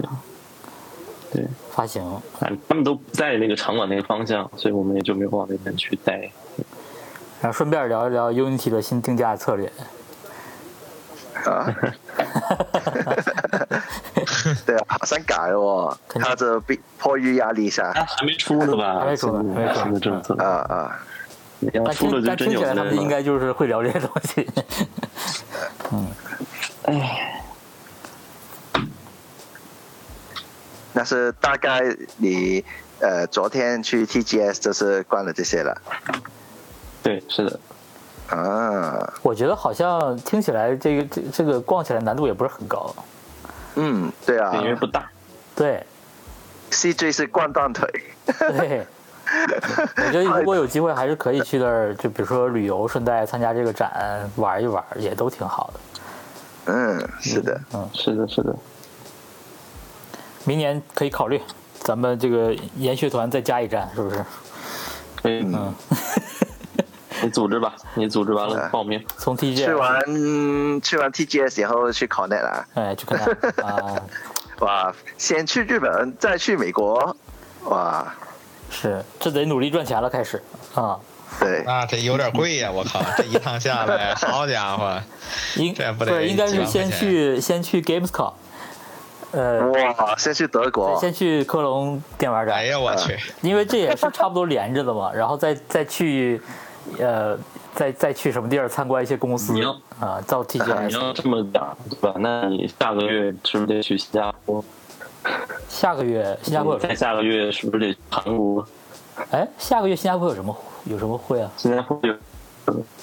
S6: 对，
S1: 发行，
S6: 反正他们都不在那个场馆那个方向，所以我们也就没有往那边去带。
S1: 然后顺便聊一聊 Unity 的新定价 <laughs> 策略。
S2: 啊，
S6: <laughs>
S2: 对啊，好像改了哦，他这逼迫于压力下，
S6: 啊，还没出呢吧？
S1: 还没出呢还没出呢
S6: 新的政策
S2: 啊，啊，
S6: 你要
S1: 但
S6: 出了
S1: 听
S6: 就
S1: 但
S6: 真
S1: 听
S6: 有
S1: 起来他们应
S6: 那
S1: 该就是会聊这些东西。 <laughs>
S2: 那是大概你呃昨天去 TGS 就是逛了这些了
S6: 对，是的，
S2: 啊，
S1: 我觉得好像听起来这个这这个逛起来难度也不是很高。
S2: 嗯，对啊
S6: 对因为不大，
S1: 对
S2: ，CJ 是逛断腿，
S6: <laughs>
S1: 对，我觉得如果有机会还是可以去那儿，就比如说旅游，顺带参加这个展玩一玩，也都挺好的。
S2: 嗯，是的，
S6: 是的，是的，
S1: 明年可以考虑，咱们这个研学团再加一站，是不是？
S6: 可 <laughs> 以，
S1: 嗯，
S6: 你组织吧，你组织完了
S2: 嗯
S6: 报名，
S1: 从啊 TJ
S6: 啊
S2: 去完去完 TGS 以后去 Connect 啊，
S1: 哎，去看看啊，
S2: 哇，先去日本，再去美国，哇，
S1: 是这得努力赚钱了，开始啊，
S2: 对，
S3: 那这有点贵呀、我靠，这一趟下来，好家伙，
S1: 应
S3: 这
S1: 不
S3: 不得
S1: 是应该
S3: 几
S1: 是
S3: 万块
S1: 先
S3: 钱
S1: 去先去 Gamescom，呃，
S2: 哇，先去德
S1: 对
S2: 国，
S1: 先去科隆电玩展，
S3: 哎呀我去，
S1: 因为这也是差不多连着的嘛，然后再再去呃再再去什么地儿参观一些公司
S6: 你要
S1: 啊，到
S6: 你
S1: TGS，
S6: 要这么讲对吧？那你下个月是不是得去新加坡？
S1: 下个月新加坡有什
S6: 再
S1: 么？
S6: 下个月是不是得去韩国？
S1: 哎，下个月新加坡有什么有什么会啊？
S6: 新加坡有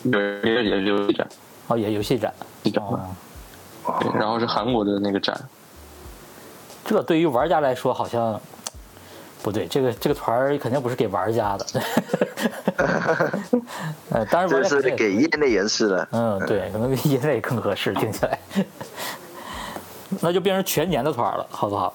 S6: 有一个也是游戏展，
S1: 哦，也游戏展，
S6: 一展
S1: 哦，
S6: 对，然后是韩国的那个展，
S1: 这对于玩家来说好像不对，这个这个团儿肯定不是给玩家的。呃，当然玩
S2: 这
S1: 家肯 <laughs> 定也
S2: 是给业内人士的。
S1: 嗯，对，可能比业内更合适，听起来。 <laughs> 那就变成全年的团儿了，好不好？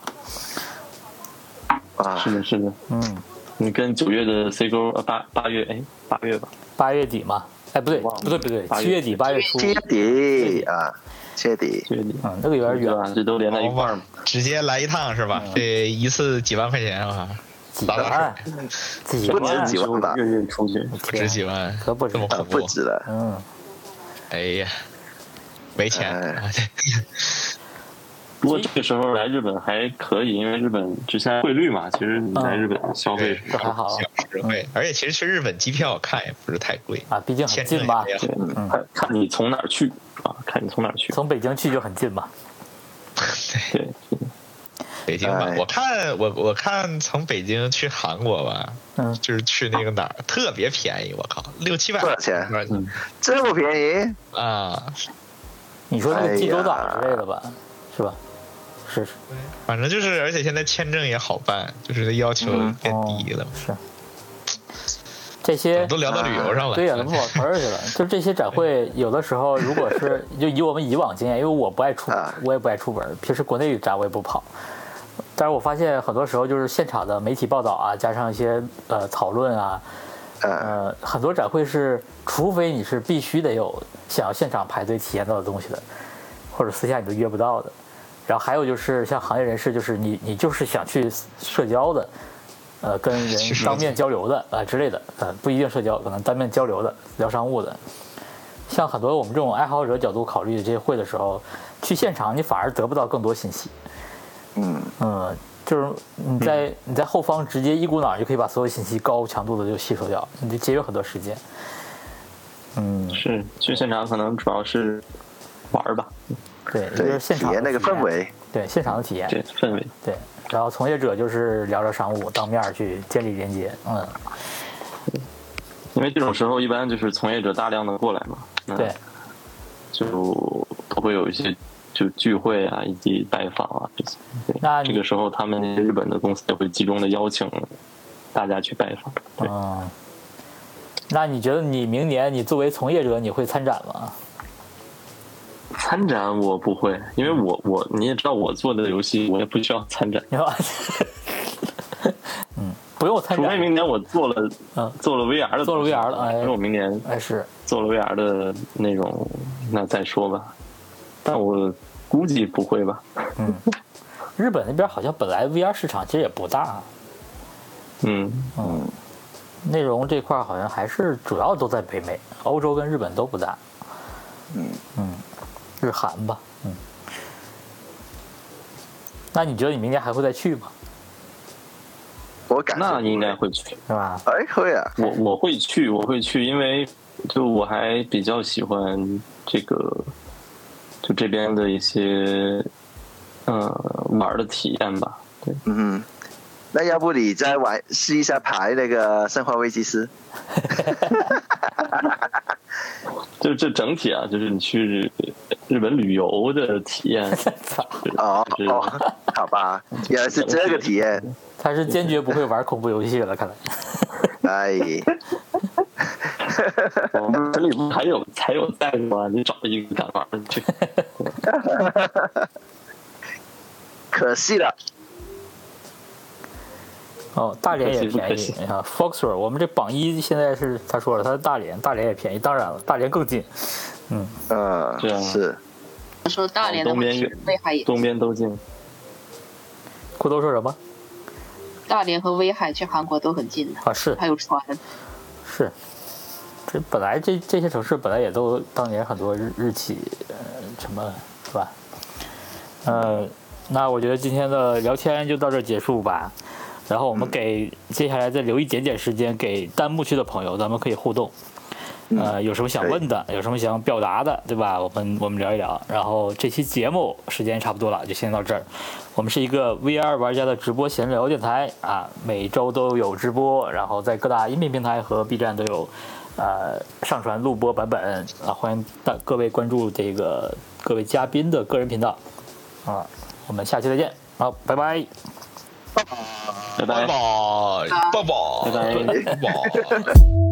S2: 啊
S6: 是，的，是的，
S1: 嗯，
S6: 你跟九月的 C 勾呃八八月哎八月吧，
S1: 八月底嘛，哎，不对，
S6: 忘了
S1: 不对，不对，
S6: 八月
S1: 七月底八月初，
S2: 切底啊，切底。
S6: 九月底，
S1: 嗯，那个有点
S6: 对
S1: 远，哦
S6: 吧？这都连在一块
S3: 吧
S6: 儿嘛，，
S3: 直接来一趟是吧？这一次几万块钱啊，
S1: 几
S3: 打打
S1: 万，几啊
S2: 不
S1: 万
S2: 止，几万吧
S6: 月月出去，
S3: 不值几万，
S1: 可不止
S3: 这么
S2: 啊，
S3: 恐
S2: 不
S3: 怖，
S2: 止了，
S1: 嗯，
S3: 哎呀，没钱啊
S2: 哎，
S6: 不过这个时候来日本还可以，因为日本之前汇率嘛，其实你来日本消费什
S1: 这
S6: 么
S1: 还好
S3: 小实惠。而且其实去日本机票我看也不是太贵，
S1: 啊，毕竟很
S3: 签
S1: 近
S3: 证
S1: 吧
S3: 也，没有
S6: 对，看看你从哪儿去啊，看你从哪儿去，
S1: 从北京去就很近吧，嗯
S6: 对，
S3: 北京吧
S2: 哎，
S3: 我看我我看从北京去韩国吧，
S1: 嗯，
S3: 就是去那个哪儿特别便宜，我靠，六七百
S2: 多少钱
S6: 嗯，
S2: 这么便宜？
S3: 啊，
S1: 你说
S2: 哎
S1: 是
S2: 呀
S1: 济州岛之类的吧，是吧？是是
S3: 反正就是，而且现在签证也好办，就是要求变
S1: 哦
S3: 低了。，
S1: 是这
S3: 怎
S1: 些
S3: 么都聊到旅游上了，
S1: 哦对呀、咱们
S3: <laughs>
S1: 往词儿去了。就这些展会，有的时候如果是就以我们以往经验，因为我不爱出门
S2: 啊，
S1: 我也不爱出门，平时国内展我也不跑。但是我发现很多时候就是现场的媒体报道啊，加上一些呃讨论啊，
S2: 嗯，
S1: 呃，很多展会是，除非你是必须得有想要现场排队体验到的东西的，或者私下你都约不到的。然后还有就是像行业人士，就是你你就是想去社交的，呃，跟人
S3: 其实
S1: 当面交流的啊、之类的，呃，不一定社交，可能当面交流的聊商务的。像很多我们这种爱好者角度考虑这些会的时候，去现场你反而得不到更多信息。
S2: 嗯
S1: 嗯，就是你在你在后方直接一股脑儿就可以把所有信息高强度的就吸收掉，你就节约很多时间。嗯，
S6: 是去现场可能主要是玩儿吧，
S1: 对，就
S2: 对，
S1: 是现
S2: 体
S1: 场的
S2: 验那个
S1: 体验
S2: 氛，围。
S1: 对现场的体验，
S6: 这氛围。
S1: 对。然后从业者就是聊聊商务，当面儿去建立连接。嗯，
S6: 因为这种时候一般就是从业者大量的过来嘛，那
S1: 对，
S6: 就都会有一些就聚会啊，以及拜访啊这些。对
S1: 那你
S6: 这个时候，他们那些日本的公司也会集中的邀请大家去拜访。对，
S1: 嗯。那你觉得你明年你作为从业者你会参展吗？
S6: 参展我不会，因为我
S1: 嗯
S6: 我你也知道我做的游戏，我也不需要参展，
S1: 你说，嗯，不用参
S6: 除非
S1: 展，
S6: 明年我做了
S1: 嗯，
S6: 做了 VR 的
S1: 做
S6: 东西，
S1: 了 VR 了哎
S6: 因为我明年
S1: 哎是，
S6: 做了 VR 的那种，那再说吧。但我估计不会吧。
S1: 日本那边好像本来 VR 市场其实也不大，
S6: 嗯，
S1: 嗯，内容这块儿好像还是主要都在北美，欧洲跟日本都不大。
S2: 嗯
S1: 嗯，日韩吧，嗯。那你觉得你明年还会再去吗？
S2: 我感觉
S6: 那应该会去。
S1: 是吧？
S2: 哎会啊，
S6: 我我会去，我会去，因为就我还比较喜欢这个，就这边的一些呃玩儿的体验吧。对，
S2: 嗯，那要不你再玩试一下排那个《生化危机四》？
S6: 就这整体啊，就是你去日日本旅游的体验，
S1: 操，
S2: 哦
S6: 是
S2: 哦，好吧，原来是这个体验。
S1: 他是坚决不会玩恐怖游戏了，看来。
S2: 哎，
S6: 我们这里不还有才有在吗？你找一个敢玩儿的去。
S2: 可惜了，
S1: <laughs> 哦，大连也
S6: 不
S1: 便
S6: 可
S1: 宜
S6: 惜
S1: 啊，Foxer，我们这榜一现在是他说了，他是大连，大连也便宜，当然了，大连更近。
S2: 嗯
S6: 是，啊
S2: 是，
S5: 说大连的
S6: 东
S5: 话
S6: 边
S5: 是威海也，
S6: 东边都近，
S1: 裤兜说什么
S5: 大连和威海去韩国都很近的，
S1: 啊？是
S5: 还有船。
S1: 是，这本来这这些城市本来也都当年很多日日企，呃，什么是吧？呃，那我觉得今天的聊天就到这儿结束吧。然后我
S2: 嗯
S1: 们给、接下来再留一点点时间给弹幕区的朋友，咱们可以互动。呃，有什么想
S2: 嗯可以
S1: 问的，有什么想表达的，对吧？我们我们聊一聊。然后这期节目时间差不多了，就先到这儿。我们是一个 VR 玩家的直播闲聊电台啊，每周都有直播，然后在各大音频平台和 B 站都有呃上传录播版本啊，欢迎大各位关注这个各位嘉宾的个人频道啊，我们下期再见，好，拜拜。
S6: 拜
S3: 抱
S6: 拜，
S3: 抱，抱抱，
S6: 拜拜。
S3: 抱抱。